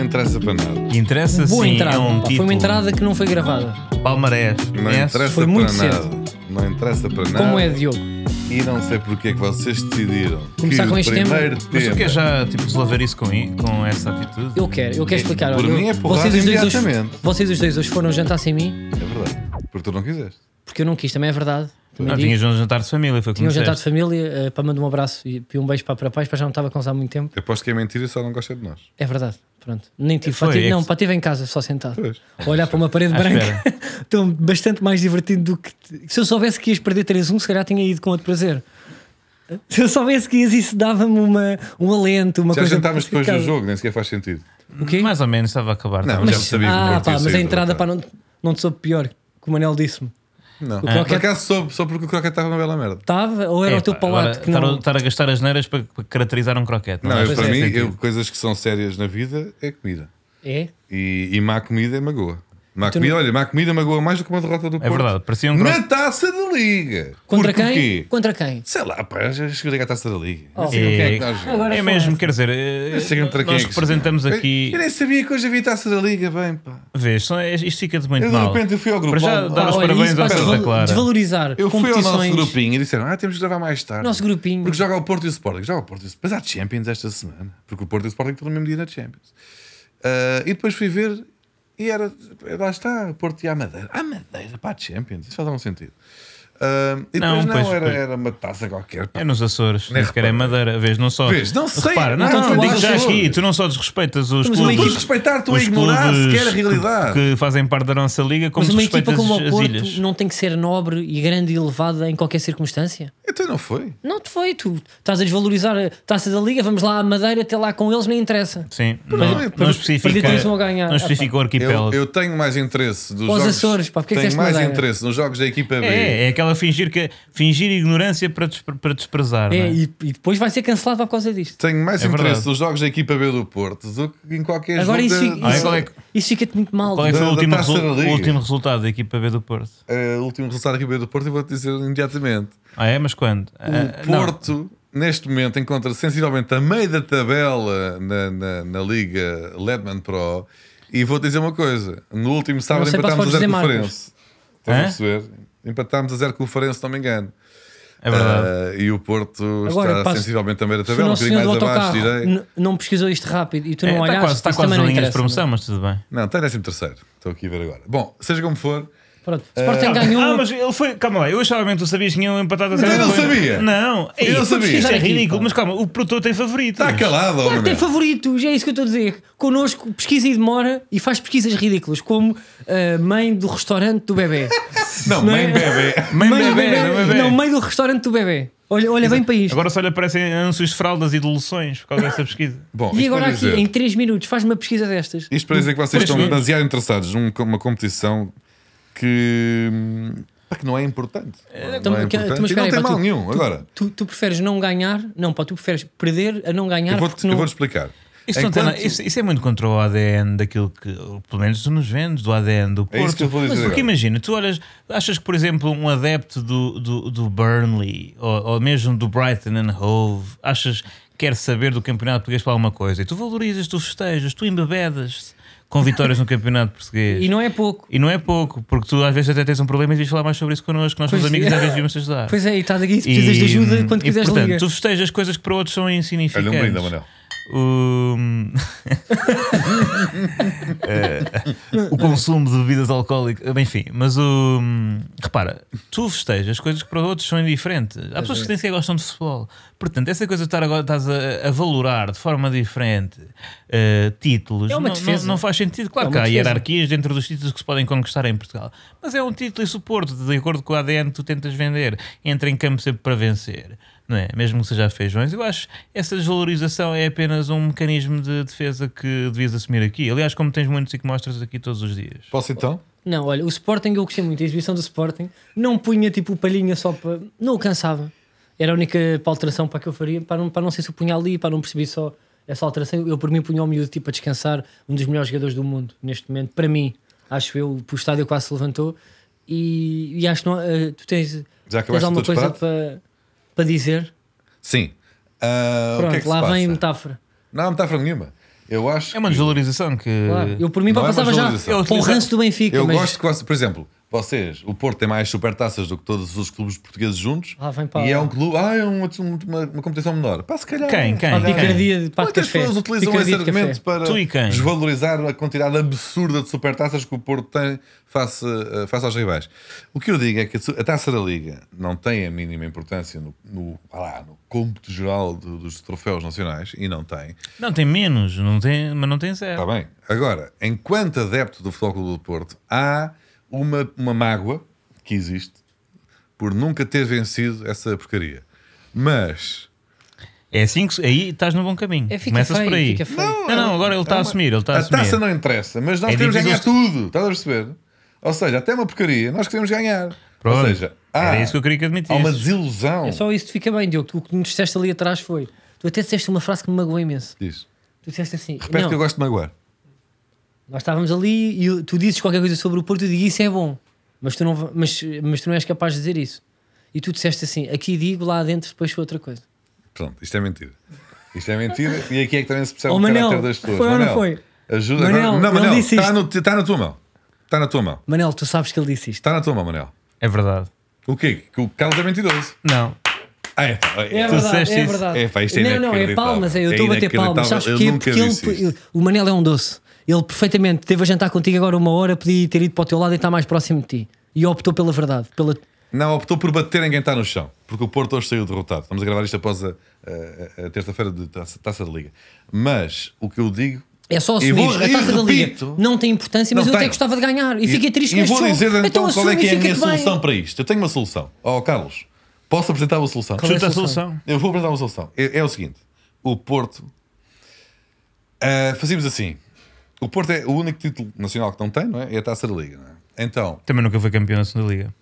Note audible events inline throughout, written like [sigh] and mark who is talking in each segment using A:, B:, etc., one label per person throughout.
A: interessa para nada.
B: Interessa
C: Boa
B: sim,
C: entrada.
B: é um
C: pá,
B: título.
C: foi uma entrada que não foi gravada.
B: Palmarés.
A: Não
B: conheces?
A: interessa
C: Foi muito
A: para
C: cedo.
A: nada. Não interessa para nada.
C: Como é, Diogo?
A: E não sei porque é que vocês decidiram.
C: Começar
A: que
C: com
A: o
C: este tema?
A: primeiro
B: Mas tu
A: tema-
B: queres já tipo, resolver isso com, i- com essa atitude?
C: Eu quero, eu quero explicar.
A: Por
C: olha,
A: mim é porrada
C: vocês os dois hoje-
A: imediatamente.
C: Vocês os dois hoje foram jantar sem mim,
A: É verdade. Porque tu não quiseste.
C: porque eu não quis, também é verdade. Também
A: Ah,
B: Não,
C: digo.
B: tinhas um jantar de família, foi como
C: Tinha um jantar de
B: disseste.
C: família, eh, para mandar um abraço e e um beijo para a Paz, para já não estava com há muito tempo.
A: Eu aposto que é mentira e só não gosta de nós.
C: É verdade, pronto. Nem tive,
B: Foi,
C: para tive
B: é que
C: não,
B: se-
C: para tive em casa, só sentado.
A: Pois.
C: A olhar para uma parede
B: À
C: branca. [laughs] Estou bastante mais divertido do que. Se eu soubesse que ias perder 3-1, se calhar tinha ido com outro prazer. Se eu soubesse que ias, isso dava-me uma, um alento, uma
A: Já
C: coisa.
A: jantámos depois do
C: Ficava-
A: jogo, nem sequer faz sentido.
C: O quê?
B: Mais ou menos, estava a acabar.
A: Não,
B: estava
A: mas-
B: já-
A: Já sabia que o
C: ah,
A: Porto
C: pá,
A: ia
C: mas a
A: sair,
C: entrada
A: tá.
C: para não, não te soube pior, que o Manel disse-me.
A: Não.
C: Croquete-
A: Por acaso soube, só porque o Croquete estava uma bela merda.
C: Estava ou era o
B: Epá,
C: teu
B: agora tá
C: palato que
B: Estar, a-
C: não. tá-
B: estar a gastar as neiras para, para caracterizar um croquete.
A: Não,
B: é?
A: eu,
C: pois
A: para
C: é.
A: mim,
B: Sentido.
A: eu- coisas que são sérias na vida é comida.
C: É?
A: E, e má comida é magoa. Má
C: Então
A: comida, olha, má comida magoa mais do que uma derrota do
B: É
A: Porto.
B: verdade, parecia um
A: Na
B: croquete.
A: taça da liga.
C: Contra
A: Porque o
C: quem?
A: quê?
C: Contra quem?
A: Sei lá, pá, já cheguei à taça da liga.
C: Oh.
A: Não sei com quem é que nós jogamos.
C: Agora
B: É
C: foi
B: mesmo,
C: essa.
B: quer dizer,
A: Não sei
B: eh,
A: contra quem é
B: nós
A: que
B: representamos
A: jogamos.
B: aqui.
A: Eu nem sabia que hoje havia taça da liga, bem, pá.
B: Vês, só- é- isto fica-te muito
A: Eu de
B: mal.
A: repente eu fui ao grupo.
B: Para já,
A: Ah,
B: dar os
C: olha,
B: parabéns
C: isso
B: ao
C: vai
B: Santa
C: desvalo-
B: Clara.
C: Desvalorizar
A: Eu fui ao
C: competições.
A: nosso grupinho e disseram: Ah, temos que gravar mais tarde.
C: Nosso grupinho.
A: Porque joga o Porto e o Sporting. Joga o Porto e o Sporting. Mas há Champions esta semana. Porque o Porto e o Sporting estão no mesmo dia na Champions. Ah, e depois fui ver e era. Lá está, o Porto e a Madeira. A Madeira para a Champions. Isso faz algum sentido. Ah, e
B: Não,
A: depois não,
B: pois,
A: era,
B: pois.
A: era uma taça qualquer. pá.
B: É nos Açores, nem sequer é Madeira. Vês, não só.
A: Vês, não sei.
B: Repara, não,
A: Não,
B: não,
A: não
B: digo já
A: acho.
B: aqui, tu não só desrespeitas os
C: Mas uma
B: clubes.
A: Tu
C: equipa-
A: respeitar, estou a
B: os
A: ignorar
B: clubes
A: sequer a
B: que-
A: realidade.
B: Que, fazem parte da nossa liga, como
C: Mas uma equipa
B: respeitas
C: como o
B: as
C: Porto
B: ilhas.
C: não tem que ser nobre e grande e elevada em qualquer circunstância?
A: Então não foi.
C: Não te foi, tu estás a desvalorizar a taça da liga, vamos lá à Madeira, até lá com eles, nem interessa.
B: Sim,
A: Mas-
B: não,
A: mas-
B: não
A: mas-
B: especifica.
C: perdi-te um a ganhar.
B: Não especifica o arquipélago.
A: Eu, eu tenho mais interesse dos
C: Os
A: jogos.
C: Açores, pá, porque é que
A: tenho
C: disseste
A: mais
C: Madeira?
A: interesse nos jogos da equipa B.
B: É, é aquela fingir, que, fingir ignorância para, despre- para desprezar. não
C: É,
B: é?
C: e, e depois vai ser cancelado por causa disto.
A: Tenho mais
B: É
A: interesse
B: verdade.
A: nos jogos da equipa B do Porto do que em qualquer
C: Agora
A: jogo.
C: isso,
A: da-
C: fica-
B: Ah, é
C: isso,
B: qual é que-
C: isso fica-te muito mal.
B: Qual é que foi
A: Da-
B: o
A: da
B: último,
A: Taça
B: resu-
A: da Liga.
B: o último resultado da equipa B do Porto?
A: Eh, o último resultado da equipa B do Porto, eu vou-te dizer imediatamente.
B: Ah, é? Mas quando?
A: O Porto, neste momento, encontra sensivelmente a meio da tabela na, na, na Liga Ledman Pro. E vou-te dizer uma coisa: no último sábado
C: Não sei,
A: empatámos a
C: posso
A: zero com o
C: dizer
A: Farense. Estás a
B: Hã?
A: perceber? Empatámos a zero com o Farense, se não me engano.
B: é verdade.
A: Eh, e o Porto
C: Agora,
A: está
C: passo-
A: sensivelmente a meio da
C: Se o
A: tabela, um
C: nosso
A: bocadinho
C: senhor
A: mais
C: do
A: abaixo,
C: autocarro
A: direi.
C: n- não pesquisou isto rápido e tu não
B: É,
C: olhaste,
B: está quase, está
C: isso
B: quase
C: também
B: na
C: não é?
B: linha de
C: interessa.
B: promoção, mas tudo bem.
A: Não, está em 13 terceiro. Estou aqui a ver agora. Bom, seja como for,
C: Pronto, Sporting ganhou.
B: Ah, mas ele foi. Calma lá, eu achava mesmo que tu sabias que tinham empatado a
A: Mas
B: zero.
A: eu não
B: Foi-
A: sabia.
B: Não,
A: Eu não
B: Ei,
A: sabia. Tá,
B: Isto é ridículo,
C: Equipa.
B: mas calma, o produtor tem favorito.
A: está calado,
C: Claro
A: homem.
C: que tem favoritos, é isso que eu estou a dizer. Connosco pesquisa e demora e faz pesquisas ridículas, como a mãe do restaurante do
A: [laughs]
C: bebê.
A: Não,
C: Não
A: nem
C: é?
A: bebê.
B: Mãe
C: Mãe
B: bebê,
C: do bebê,
B: mãe bebê.
C: Não, mãe do restaurante do bebê. Olha, olha bem para isto.
B: Agora só lhe aparecem anúncios de fraldas e deluções por causa dessa pesquisa.
A: Bom,
C: e
A: isto
C: agora
A: para
C: aqui,
A: dizer-
C: em 3 minutos, faz uma pesquisa destas.
A: Isto para dizer que vocês
B: Pois
A: estão
B: sim.
A: demasiado interessados num- numa competição que, hum, pá, que não é importante.
C: Então,
A: não é
C: que-
A: importante.
C: então, mas
A: e não
C: espera aí,
A: tem
C: pá,
A: mal
C: tu-
A: nenhum. Agora,
C: Tu, tu preferes não ganhar? Não, pá, tu preferes perder a não ganhar.
A: eu
C: porque
A: vou-te
C: Ah, não...
A: eu vou-te explicar.
B: Isso, não tem
A: Enquanto-
B: nada- isso- isso é muito contra o ADN daquilo que, ou pelo menos tu nos vendes, do ADN do
A: É
B: Porto.
A: isso que eu vou dizer
B: Mas porque
A: agora.
B: imagina, tu olhas, achas que, por exemplo, um adepto do, do, do Burnley ou, ou mesmo do Brighton and Hove, achas que quer saber do campeonato português para alguma coisa e tu valorizas, tu festejas, tu embebedas com vitórias no campeonato português.
C: [laughs] E não é pouco.
B: E não é pouco, porque tu às vezes até tens um problema e devias falar mais sobre isso connosco. Nós somos
C: Pois é.
B: amigos e às vezes devíamos te ajudar.
C: Pois é, e estás aqui, se precisas de ajuda, quando
B: e,
C: quiseres
B: portanto,
C: liga.
B: tu festejas coisas que para outros são
C: é
A: Olha, um
B: insignificantes.
A: brinde, Manel.
B: O... [laughs] Eh, o consumo de bebidas alcoólicas, enfim, mas o hum, repara, tu festejas coisas que para outros são indiferentes. Há pessoas que nem sequer gostam de futebol, portanto, essa coisa de estar agora estás a, a valorar de forma diferente eh, títulos
C: É uma
B: não,
C: defesa.
B: não- não faz sentido.
C: É
B: Claro
C: uma
B: que há
C: defesa.
B: hierarquias dentro dos títulos que se podem conquistar em Portugal, mas é um título e suporte de acordo com o ADN que tu tentas vender. Entra em campo sempre para vencer, não é? Mesmo que seja a feijões. Eu acho essa desvalorização é apenas um mecanismo de defesa que devias assumir aqui. Aliás, como tens muitos e que mostras aqui todos os dias.
A: Posso então?
C: Não, olha, o Sporting eu gostei muito, a exibição do Sporting não punha tipo o palhinha só para. Não o cansava. Era a única alteração para que eu faria, para não, para não sei se o punha ali, para não perceber só essa alteração. Eu, por mim, punha o miúdo tipo a descansar, um dos melhores jogadores do mundo neste momento, para mim, acho eu, o estádio quase se levantou. E, e acho que não, eh, tu tens,
A: Já
C: tens
A: acabaste o
C: alguma
A: teu
C: coisa
A: disparate?
C: para, para dizer?
A: Sim. Ah, o
C: Pronto,
A: que é que se
C: lá
A: passa?
C: vem a metáfora.
A: Não há metáfora nenhuma. Eu acho.
B: É uma
A: que-
B: desvalorização que.
C: Claro. Eu por mim
A: Não
C: pá,
A: é uma
C: passava já
A: valorização.
B: Eu
C: para o
B: utilizo-
C: ranço do Benfica.
A: Eu
C: mas...
A: gosto que, você- por exemplo, vocês, o Porto tem mais supertaças do que todos os clubes portugueses juntos.
C: Ah, vem para
A: e é
C: lá.
A: um clube. Ah, é uma, uma, uma competição menor. Pá, se calhar. um
B: Quem? Quem?
C: Pá,
A: se calhar-
B: Quem?
C: picardia de pá de
A: Muitas
C: café.
A: pessoas utilizam esse
C: Picardia de
A: argumento
C: café.
A: para
B: Tu e quem?
A: desvalorizar a quantidade absurda de supertaças que o Porto tem face, eh, face aos rivais. O que eu digo é que a su- a taça da Liga não tem a mínima importância no, no, vá lá, no cômputo geral do- dos troféus nacionais e não tem.
B: Não, tem menos, não tem, mas não tem zero.
A: Está Tá bem. Agora, enquanto adepto do Futebol Clube do Porto, há uma, uma mágoa que existe por nunca ter vencido essa porcaria. Mas.
B: É assim que se- aí estás no bom caminho.
C: É, fica
B: Começas
C: feio,
B: por aí.
C: fica feio.
B: Não, não, agora ele está a assumir, ele está Tá a
A: é a
B: assumir.
A: taça não interessa, mas nós
B: É
A: queremos ganhar
B: difícil-
A: tudo. Estás a perceber? Ou seja, até uma porcaria, nós queremos ganhar. Ou
B: Pronto.
A: seja, há,
B: Era isso que eu queria que
A: há uma
B: admitisse.
A: desilusão.
C: É só isso que fica bem, Diogo. Tu- O que nos disseste ali atrás foi. Tu até disseste uma frase que me magoou imenso.
A: Diz.
C: Tu disseste assim.
A: Repete
C: não,
A: que eu gosto de magoar.
C: Nós estávamos ali e eu- tu dizes qualquer coisa sobre o Porto e eu digo isso é bom, mas tu, não, va- mas, mas tu não és capaz de dizer isso. E tu disseste assim: aqui digo, lá dentro depois foi outra coisa.
A: Pronto, isto é mentira. Isto é mentira e aqui é que também se percebe
C: Oh,
A: o
C: Manel,
A: caráter das pessoas.
C: foi ou não
A: Manel,
C: foi?
A: Ajuda
C: Manel,
A: agora. Não,
C: ele
A: Manel,
C: disse
A: está,
C: isto.
A: no, está na tua mão. Está na tua mão.
C: Manel, tu sabes que ele disse isto.
A: Está na tua mão, Manel.
B: É verdade.
A: O quê? Que o Carlos é mentiroso.
B: Não.
A: Ah, é, pá, é,
B: Tu disseste isso.
A: É, pá, isto é
C: não, não, é
A: inacreditável.
C: palmas, é, eu
A: É
C: estou a bater
A: inacreditável,
C: palmas. Sabes
A: eu
C: porquê?
A: nunca
C: Porque ele,
A: disse isto.
C: ele- o Manel é um doce. Ele perfeitamente teve a jantar contigo agora uma hora, podia ter ido para o teu lado e estar mais próximo de ti. E optou pela verdade. Pela...
A: Não, optou por bater em quem está no chão, porque o Porto hoje saiu derrotado. Estamos a gravar isto após a, a- a- a terça-feira de taça, Taça da Liga. Mas o que eu digo.
C: É só
A: E
C: assumir.
A: vou-
C: a
A: e
C: taça da Liga
A: repito-
C: não tem importância, mas
A: Não
C: eu até
A: tem.
C: gostava de ganhar. E, fiquei triste
A: e,
C: neste
A: vou
C: jogo.
A: dizer então qual é
C: assume
A: que
C: e
A: é a minha
C: fica-te bem.
A: solução para isto. Eu tenho uma solução. Ó Carlos, posso apresentar uma solução?
C: Qual é
B: Chuta a
C: a
B: solução.
C: solução?
A: Eu vou apresentar uma solução. É, é o seguinte: o Porto. ah, fazíamos assim. O Porto é o único título nacional que não tem, não é? É a taça da Liga, não é? Então,
B: Também nunca foi campeão da segunda liga.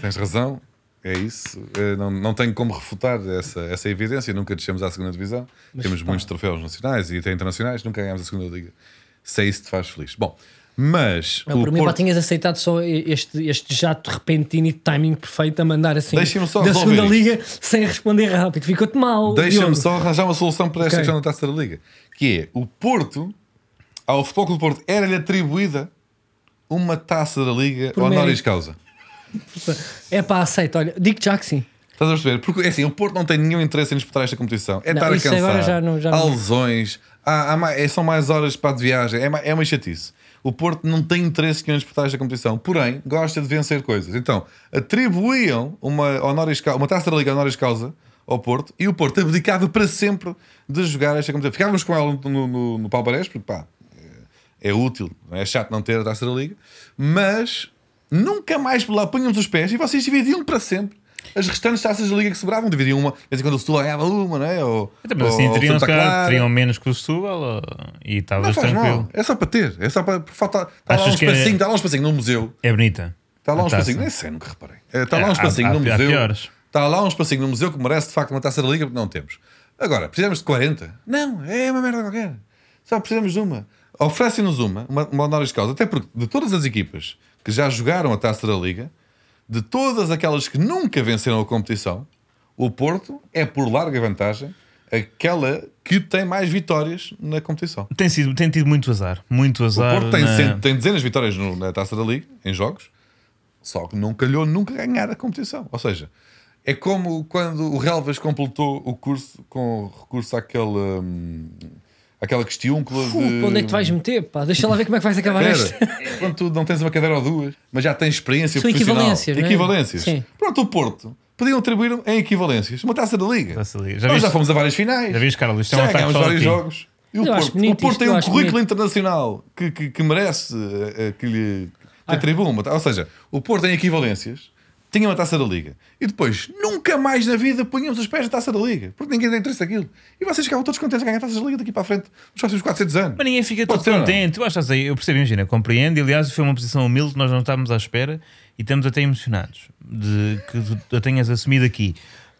A: Tens razão, é isso. Eh, Não, não tenho como refutar essa, essa evidência. Nunca descemos à segunda divisão. Temos
C: tá.
A: muitos troféus nacionais e até internacionais. Nunca ganhámos a segunda liga. Se é isso que te faz feliz. Bom, mas
C: Não,
A: o
C: por mim, é pá,
A: Porto...
C: tinhas aceitado só este, este jato repentino e de timing perfeito a mandar assim
A: Deixa-me só
C: da
A: resolver
C: segunda
A: isto.
C: liga sem responder rápido. Ficou-te mal.
A: Deixa-me
C: Diogo.
A: só arranjar uma solução para esta
C: Ok.
A: questão da Taça da Liga. Que é, o Porto, ao Futebol Clube do Porto, era-lhe atribuída uma Taça da Liga
C: Por
A: honoris
C: mérito.
A: causa.
C: É pá, aceito. Olha, digo já que sim.
A: Estás a perceber? Porque é assim, o Porto não tem nenhum interesse em disputar esta competição. É
C: Não,
A: estar a
C: isso
A: cansar.
C: agora já não- já
A: há
C: não-
A: lesões, há- há mais- é- são mais horas para a de viagem, é, ma- é uma chatice. O Porto não tem interesse em disputar esta competição, porém gosta de vencer coisas. Então, atribuíam uma, honoris, cau- uma taça da Liga honoris causa ao Porto e o Porto abdicava para sempre de jogar esta competição. Ficávamos com ela no, no, no Palmarés, porque pá, é útil, não é? É chato não ter a taça da Liga, mas nunca mais lá punhamos os pés e vocês dividiam para sempre. As restantes taças da Liga que sobravam, dividiam uma, de vez em quando o Setúbal ganhava uma, não é? Ou,
B: Então, Mas
A: ou-
B: assim,
A: ou
B: teriam, se
A: Santa
B: calhar,
A: Clara.
B: teriam menos que o Setúbal ou- e
A: Não
B: estavas
A: faz mal,
B: tranquilo.
A: é só para ter, é só para. porque Falta, está lá um
B: Achas que é-
A: espacinho, está lá um espacinho no museu,
B: É bonita.
A: está lá
B: A
A: um
B: taça.
A: espacinho, nem sei, nunca reparei. Eh, Está
B: É,
A: lá um
B: há-
A: espacinho
B: há-
A: no
B: há
A: museu,
B: piores.
A: está lá um espacinho no museu que merece de facto uma taça da Liga, porque não temos. Agora, precisamos de 40? Não, é uma merda qualquer. Só precisamos de uma. Oferecem-nos uma, uma, uma honoris causa, até porque de todas as equipas que já jogaram a taça da Liga, de todas aquelas que nunca venceram a competição, o Porto é por larga vantagem aquela que tem mais vitórias na competição.
B: Tem, sido, tem tido muito azar. Muito
A: O
B: azar.
A: Porto tem,
B: na-
A: cent- tem dezenas de vitórias no- na Taça da Liga, em jogos, só que não calhou nunca ganhar a competição. Ou seja, é como quando o Relvas completou o curso com recurso àquela, hum, àquela um questiúncula
C: Pô,
A: de...
C: para onde é que te vais meter? Pá? Deixa lá ver como é que vais acabar esta.
A: Espera, quando tu não tens uma cadeira ou duas, mas já tens experiência
C: São
A: profissional.
C: equivalências, não é?
A: Equivalências.
C: Sim.
A: Pronto, o Porto podiam atribuir em equivalências uma Taça da Liga.
B: Taça da Liga. Já
A: Nós
B: viste-
A: já fomos a várias finais.
B: Já viste, Carlos? Isto é um
A: Já
B: ataque
A: ganhámos
B: só a
A: vários
B: ti.
A: jogos. E o
C: Eu acho
A: Porto,
C: bonito
A: o Porto
C: isto,
A: tem
C: eu
A: um
C: acho
A: currículo
C: bonito.
A: internacional que, que, que merece eh, eh, que lhe
C: Ah.
A: que atribua uma ta- Ou seja, o Porto tem equivalências, tinha uma taça da Liga e depois nunca mais na vida punhamos os pés na taça da Liga porque ninguém tem interesse naquilo. E vocês ficavam todos contentes a ganhar taças da Liga daqui para a frente nos próximos 400 anos.
B: Mas ninguém fica
A: Pode
B: todo
A: ser, não?
B: contente. Eu, acho, assim, eu percebo, imagina, compreendo. E, aliás, foi uma posição humilde, nós não estávamos à espera e estamos até emocionados de que tu a tenhas assumido aqui.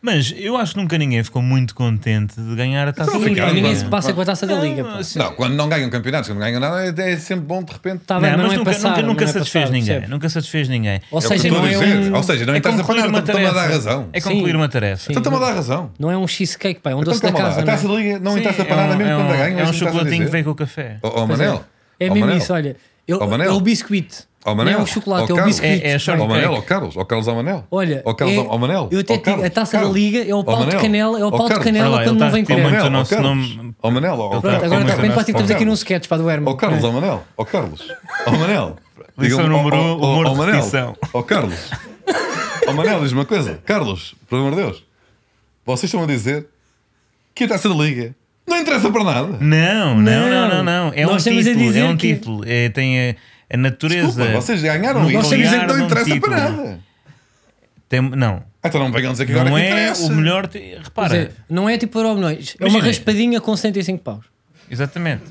B: Mas eu acho que nunca ninguém ficou muito contente de ganhar a taça
A: Então Não
B: da Liga.
A: ficaram,
C: assim, Ninguém
A: pá.
C: se passa com a taça da liga. pá.
B: Assim,
A: Não, quando não ganham campeonatos, quando não ganham nada, é, é sempre bom de repente.
C: Tá
B: não,
C: bem, mas,
B: Ah, mas
C: não é
B: nunca,
C: passar.
B: nunca, nunca
C: não é
B: satisfez
C: passar,
B: ninguém.
C: percebe?
B: Nunca satisfez ninguém.
A: É
C: Ou
A: o que
C: seja,
A: eu
C: não
A: estou a
C: é
A: dizer.
C: um.
A: Ou seja, não
B: é
A: interessa para
B: concluir
A: nada,
B: uma
A: estão-me a dar
B: tarefa.
A: razão.
B: É
C: Sim.
B: concluir uma tarefa.
C: Sim.
A: Estão-me Então a dar razão.
C: Não é um cheesecake, pá, é um
A: Então
C: doce da
A: calma lá,
C: casa.
A: a
C: não é?
A: taça da liga não
B: Sim,
A: interessa
B: é
A: para nada
B: um-
A: mesmo
B: é um-
A: quando a ganham.
B: É
A: é
B: um
A: isso que estás a
B: chocolatinho que
A: dizer.
B: vem com o café.
A: Ó ó,
C: Pois
A: Manel.
C: É
A: ó,
C: mesmo
A: Manel,
C: isso, olha. Eu-
A: Ó, Manel.
C: É o biscuit.
A: Ó,
C: Não
A: Manel.
C: é o chocolate,
A: Ó,
C: é o
A: Carlos.
C: biscuit.
B: É- é a
A: Ó
B: shortcake.
A: Manel, ó Carlos, ó Carlos ao Manel.
C: Olha,
A: Ó Carlos
C: é-
A: ao Manel.
C: eu até
A: Ó
C: digo,
A: Carlos,
C: a taça da
A: Carlos.
C: liga é o
A: Ó
C: pau de
A: Manel,
C: canela, é o
A: ó
C: pau de
A: Carlos.
B: Olha
C: canela
B: lá,
C: quando
B: ele
C: não
B: tá
C: vem
B: com
C: canela.
B: muito
A: Manel,
B: o
A: ó
B: nosso
A: Carlos.
B: nome-
A: Ó Manel, ó
B: tá
A: Carlos.
C: Agora
B: muito
C: de repente
B: o
C: parece que
A: Ó
C: estamos aqui num
A: Carlos.
C: sketch para do Herman.
A: Ó Carlos,
C: não
A: ao
C: é?
A: Manel. Ó Carlos. Ó
B: [laughs]
A: Manel.
B: Lição
A: Diga-me, ó-
B: número um,
A: ó- ó-
B: humor
A: ó
B: de
A: Manel.
B: repetição.
A: Ó Carlos. Ó Manel, diz uma coisa. Carlos, pelo amor de Deus. Vocês estão a dizer que a taça da liga não interessa para nada.
B: Não, não, não, não, não. É
C: Nós
B: um
C: estamos a
B: título.
C: dizer
B: É um
C: que-
B: título. É, tem a, a natureza.
A: Desculpa, vocês ganharam.
B: nuclear
A: Nós estamos a dizer que
B: de
A: não
B: um
A: interessa
B: título.
A: para nada.
B: Tem- não,
A: Então não venham dizer que agora
B: não
A: que
B: é
A: interessa.
B: o melhor. ti-
C: Quer
B: Repara,
C: dizer, Não é tipo Euromilhões, é uma
B: Imagina.
C: raspadinha com 75 paus
B: exatamente.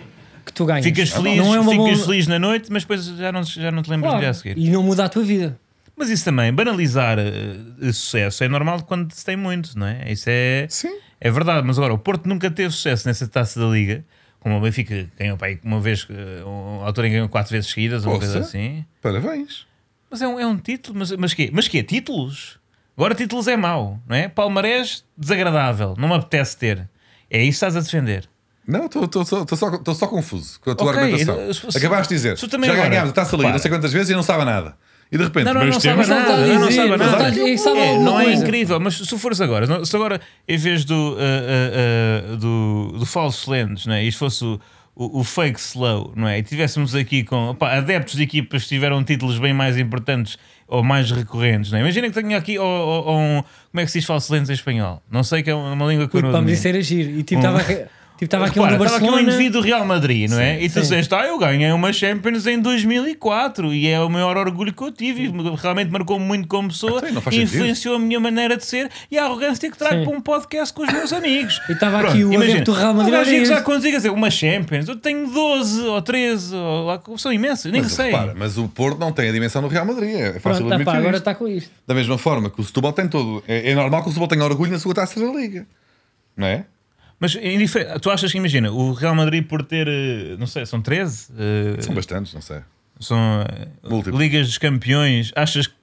C: que tu ganhas.
B: Ficas
A: Ah,
B: feliz,
C: não é uma
B: ficas
C: boa-
B: feliz na noite, mas depois já não, já não te lembras do dia a seguir.
C: E não muda a tua vida.
B: Mas isso também, banalizar eh, sucesso é normal quando se tem muito, não é? Isso é,
A: Sim.
B: é verdade. Mas agora, o Porto nunca teve sucesso nessa taça da Liga, como o Benfica ganhou pá, aí uma vez, eh, um autor em que ganhou quatro vezes seguidas, ou uma coisa
A: Poça.
B: assim.
A: Parabéns.
B: Mas é um, é um título, mas, mas quê? Mas quê? Títulos? Agora títulos é mau, não é? Palmarés, desagradável, não me apetece ter. É isso que estás a defender.
A: Não, estou só, tô só, tô só confuso com a tua
B: Ok, eu-
A: argumentação.
B: se-
A: Acabaste de dizer,
B: se
A: já
B: eu também agora-
A: ganhámos a taça da liga não sei quantas vezes e não sabe nada. E de repente,
B: Não, não,
A: mas
B: não
A: temos-
B: sabe nada,
C: não está a
B: não, não
C: dizer,
B: sabe
C: não
B: nada.
C: está a dizer, sabe
B: É,
C: alguma
B: não é
C: coisa.
B: incrível, mas se fores agora, não- se agora em vez do, ah, ah, ah, do, do falso lentes, não é? isto fosse o, o, o fake slow, não é? E tivéssemos aqui com opá, adeptos de equipas que tiveram títulos bem mais importantes ou mais recorrentes, não é? Imagina que tenho aqui ou, ou- ou um, como é que se diz falso lentes em espanhol? Não sei que é uma língua que eu
C: Puto,
B: não
C: pá,
B: domino.
C: mas Tipo, isso era giro. E tipo, estava tipo, estava aqui um
B: Repara,
C: do
B: estava aqui um
C: Barcelona.
B: indivíduo do Real Madrid, não é? E tu disseste, ah, eu ganhei uma Champions em 2004 e é o maior orgulho que eu tive. e Realmente marcou-me muito como pessoa,
C: Ah,
A: Então, não faz
B: e
A: sentido.
B: influenciou a minha maneira de ser e a arrogância que trago
C: Sim.
B: para um podcast com os meus amigos.
C: E estava aqui o adepto do Real Madrid,
B: Um
C: olha
B: gajo que já
C: este.
B: consigo dizer uma Champions, eu tenho 12 ou 13, ou lá, são imensos, nem
A: mas,
B: sei.
A: repara, mas o Porto não tem a dimensão do Real Madrid. É fácil
C: Pronto, tá,
A: admitir.
C: pá, agora
A: isto.
C: está com isto.
A: Da mesma forma que o Setúbal tem todo. É, é normal que o Setúbal tenha orgulho na sua taça da liga. Não é?
B: Mas indifer- tu achas que, imagina, o Real Madrid por ter, eh, não sei, são 13? eh,
A: São bastantes, não sei.
B: são eh,
A: Múltiplos.
B: ligas dos campeões, achas que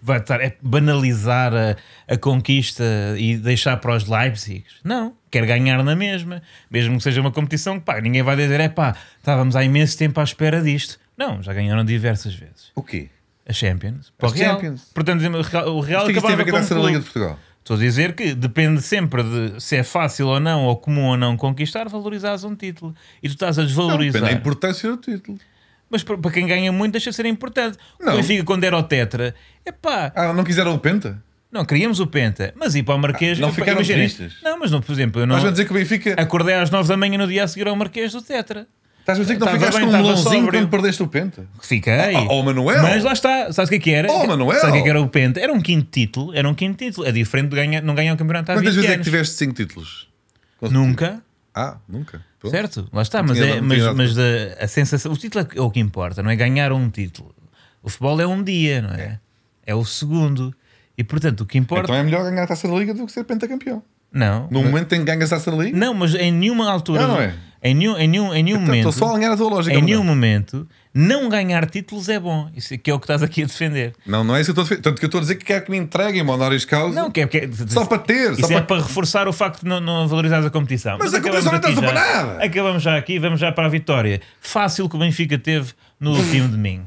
B: vai estar é banalizar a, a conquista e deixar para os Leipzig? Não, quer ganhar na mesma, mesmo que seja uma competição que pá, ninguém vai dizer é pá, estávamos há imenso tempo à espera disto. Não, já ganharam diversas vezes
A: O quê?
B: a Champions. Para o
A: As
B: Real.
A: Champions.
B: Portanto, o Real, o Real
A: O que é que isto tem a
B: acabava
A: ver com a taça da
B: como
A: liga
B: clube.
A: de Portugal?
B: Estou a dizer que depende sempre de se é fácil ou não, ou comum ou não conquistar, valorizares um título. E tu estás a desvalorizar.
A: Depende da importância do título.
B: Mas para para quem ganha muito deixa de ser importante.
A: Não.
B: O Benfica quando era o Tetra, epá,
A: Ah, não quiseram o Penta?
B: não queríamos o Penta, mas ir para o Marquês...
A: Ah, não
B: epá,
A: ficaram
B: imagina,
A: tristes?
B: Não, mas não, por exemplo, eu não... É-
A: Estás a dizer que o Benfica.
B: Acordei às 9 da manhã no dia a seguir ao Marquês do Tetra.
A: Estás a dizer que não
B: Estava
A: ficaste
B: bem,
A: com um
B: estava
A: melãozinho
B: sóbrio.
A: quando perdeste o Penta?
B: Fiquei.
A: Oh, oh, Manuel!
B: Mas lá está, sabes o que é que era?
A: Oh, Manuel!
B: Sabes o que é que era o Penta? Era um quinto título, era um quinto título. É diferente de ganhar, não ganhar um campeonato há
A: Quantas
B: 20
A: vezes é que
B: anos.
A: tiveste cinco títulos?
B: Nunca.
A: Ah, nunca. Pronto.
B: Certo, lá está,
A: Não
B: mas,
A: tinha
B: é,
A: dado- não
B: mas,
A: tinha dado
B: mas da- a sensação, o título é que- é o que importa, não é ganhar um título. O futebol é um dia, não é? É, o segundo. E portanto, o que importa.
A: Então é melhor ganhar a taça da liga do que ser pentacampeão.
B: não,
A: No momento em que ganhas a taça da liga,
B: não, mas em nenhuma altura.
A: Não, não é.
B: Em nenhum, em nenhum, em nenhum
A: então
B: momento.
A: estou só a ganhar a tua lógica.
B: em
A: Manuel.
B: nenhum momento, não ganhar títulos é bom. Isso é que é o que estás aqui a defender.
A: Não, não é isso que eu estou a defender. Tanto que eu estou a dizer que quero que me entreguem uma honoris causa.
B: Não, que é, que é-
A: Só para ter,
B: Isso
A: só
B: é
A: para-
B: para reforçar o facto de não, não valorizares a competição.
A: Mas a
B: acabamos
A: competição não
B: aqui
A: está
B: já-
A: superada.
B: Acabamos já aqui, vamos já para a vitória. Fácil que o Benfica teve no último domingo.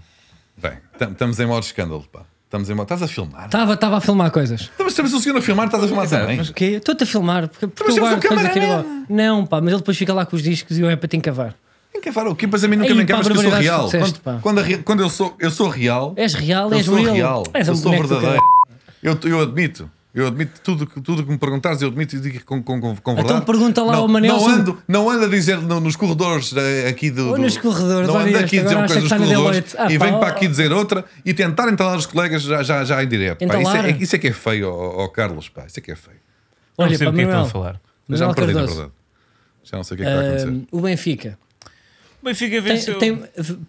A: Bem, tam- estamos em modo escândalo, pá. Estamos em modo. Estás a filmar?
C: Estava estava a filmar coisas.
A: Então, Mas estamos o senhor a filmar, estás a filmar
B: Exato,
A: também.
B: mas-
C: Que eu Estou-te a filmar, porque, porque
A: Mas
C: eu
A: temos
C: guardo
A: um
C: coisas aqui
A: cameraman.
C: agora. Não, pá, mas ele depois fica lá com os discos e eu é para te encavar.
A: Tem que falar o que? Mas a mim nunca
C: Aí,
A: me
C: pá,
A: encavas que eu sou
C: barbaridades
A: real.
C: que disseste,
A: quando,
C: pá.
A: quando a re- quando eu, sou, eu sou real,
C: És real,
A: eu
C: és
A: sou
C: real.
A: real.
C: És um
A: eu sou
C: boneco do
A: verdadeiro.
C: caralho.
A: Eu, eu admito. Eu admito tudo que tudo que me perguntares, eu admito e digo com, com, com, com verdade.
C: Então pergunta lá
A: não,
C: ao Manel
A: Não
C: se-
A: ando, não ando a dizer no- nos corredores eh, aqui do.
C: Ou
A: do-
C: nos corredores,
A: não
C: olha
A: ando
C: este,
A: aqui a dizer
C: agora
A: uma coisa nos
C: acha que está na
A: corredores
C: Deloitte. Ah,
A: e
C: pá,
A: venho
C: ó,
A: para aqui dizer outra e tentar entalar os colegas já, já, já em direto. Pá. Isso, é,
C: Entalar?
A: isso é que é feio, ó, ó, Carlos, pá. Isso é que é feio.
B: Não
C: Olha,
B: sei
C: para
B: o que é que estão a
C: Manuel,
B: falar.
A: Eu já
C: Manuel
A: me perdi, na
C: Cardoso,
A: verdade. Já não sei o que é que vai acontecer.
C: ah, o Benfica
B: O Benfica
C: Tem-
B: venceu.
C: tem-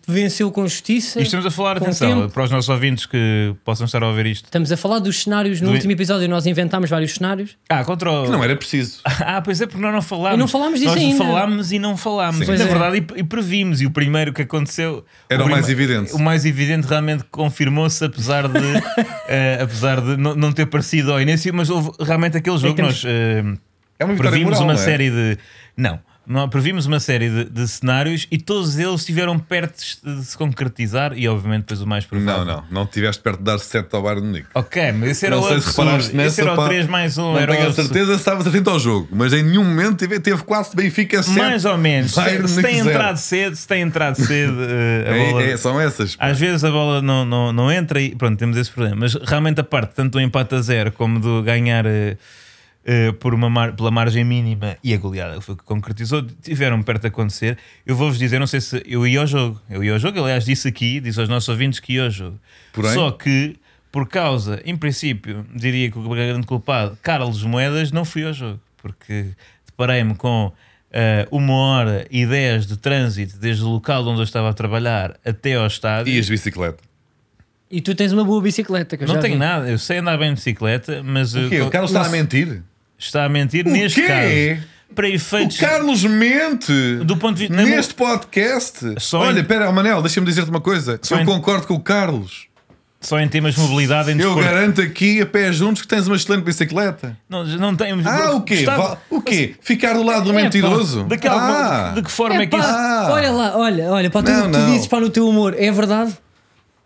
C: venceu com justiça.
B: E estamos a falar,
C: Com
B: atenção,
C: tempo.
B: para os nossos ouvintes que possam estar a ouvir isto.
C: Estamos a falar dos cenários. No
B: Do-
C: último episódio nós inventámos vários cenários.
B: Ah, contra o...
A: Que não era preciso.
B: [laughs] Ah, pois é, porque nós não falámos.
C: E não falámos disso
B: nós
C: ainda.
B: falámos e não falámos.
C: Pois
B: Na
C: é.
B: verdade, e, e previmos. E o primeiro que aconteceu...
A: Era o
B: prime-
A: mais evidente.
B: O mais evidente realmente confirmou-se, apesar
C: [laughs]
B: de, eh, apesar de não, não ter parecido ao início, mas houve realmente aquele jogo que
C: É temos-
B: nós... eh,
A: É uma vitória
B: previmos
A: moral,
B: uma
A: não é?
B: série de. Não, não, previmos uma série de, de cenários e todos eles estiveram perto de se concretizar e, obviamente, depois o mais
A: Não,
B: provável.
A: não. Não tiveste perto de dar 7 ao Bayern de Munique.
B: Ok, mas esse era
A: Não
B: o
A: sei
B: outro.
A: se reparaste
B: segundo.
A: nessa,
B: esse era o
A: pá.
B: 3 mais 1.
A: Não
B: era
A: tenho
B: o
A: a certeza se estavas atento ao jogo, mas em nenhum momento teve, teve quase Benfica 7.
B: Mais ou menos.
A: Bayern
B: Se, se
A: Munique
B: tem
A: zero.
B: entrado cedo, se tem
A: [laughs]
B: entrado cedo, eh, a
A: É-
B: bola-
A: é- são essas. pá.
B: Às vezes a bola não, não, não entra e pronto, temos esse problema. Mas realmente a parte tanto do empate a zero como do ganhar eh, eh, por uma mar- pela margem mínima e a goleada foi o que concretizou, tiveram perto de acontecer. Eu vou-vos dizer, não sei se eu ia ao jogo. Eu ia ao jogo, aliás, disse aqui, disse aos nossos ouvintes que ia ao jogo.
A: Porém?
B: Só que, por causa, em princípio, diria que o grande culpado, Carlos Moedas, não fui ao jogo. Porque deparei-me com eh, uma hora e dez de trânsito desde o local onde eu estava a trabalhar até ao estádio.
A: E as bicicletas.
C: E tu tens uma boa bicicleta. Que eu
B: Não
C: já
B: tenho
C: vi.
B: nada, eu sei andar bem de bicicleta, mas
A: O quê?
B: eu-
A: O Carlos está a mentir?
B: está a mentir
A: O
B: neste
A: quê?
B: caso. Para
A: O
B: efeitos.
A: Carlos mente
B: Do ponto de vista- na
A: neste podcast.
B: Só em-
A: Olha, espera, Manel, deixa-me dizer-te uma coisa.
B: Só
A: eu
B: em-
A: concordo com o Carlos.
B: Só em temas de mobilidade em
A: Eu
B: desporto.
A: garanto aqui a pé juntos que tens uma excelente bicicleta.
B: Não, não tenho.
A: Ah, o quê?
B: Gostava-
A: Va- O quê?
B: assim-
A: Ficar do lado do
C: É, pá,
A: mentiroso?
B: Daquela,
A: ah,
B: De que forma é, que
C: Epá,
B: isso.
A: Ah.
C: Olha lá, olha, olha, para
A: Não,
C: tudo o que tu
A: não.
C: dizes para no teu humor, é verdade?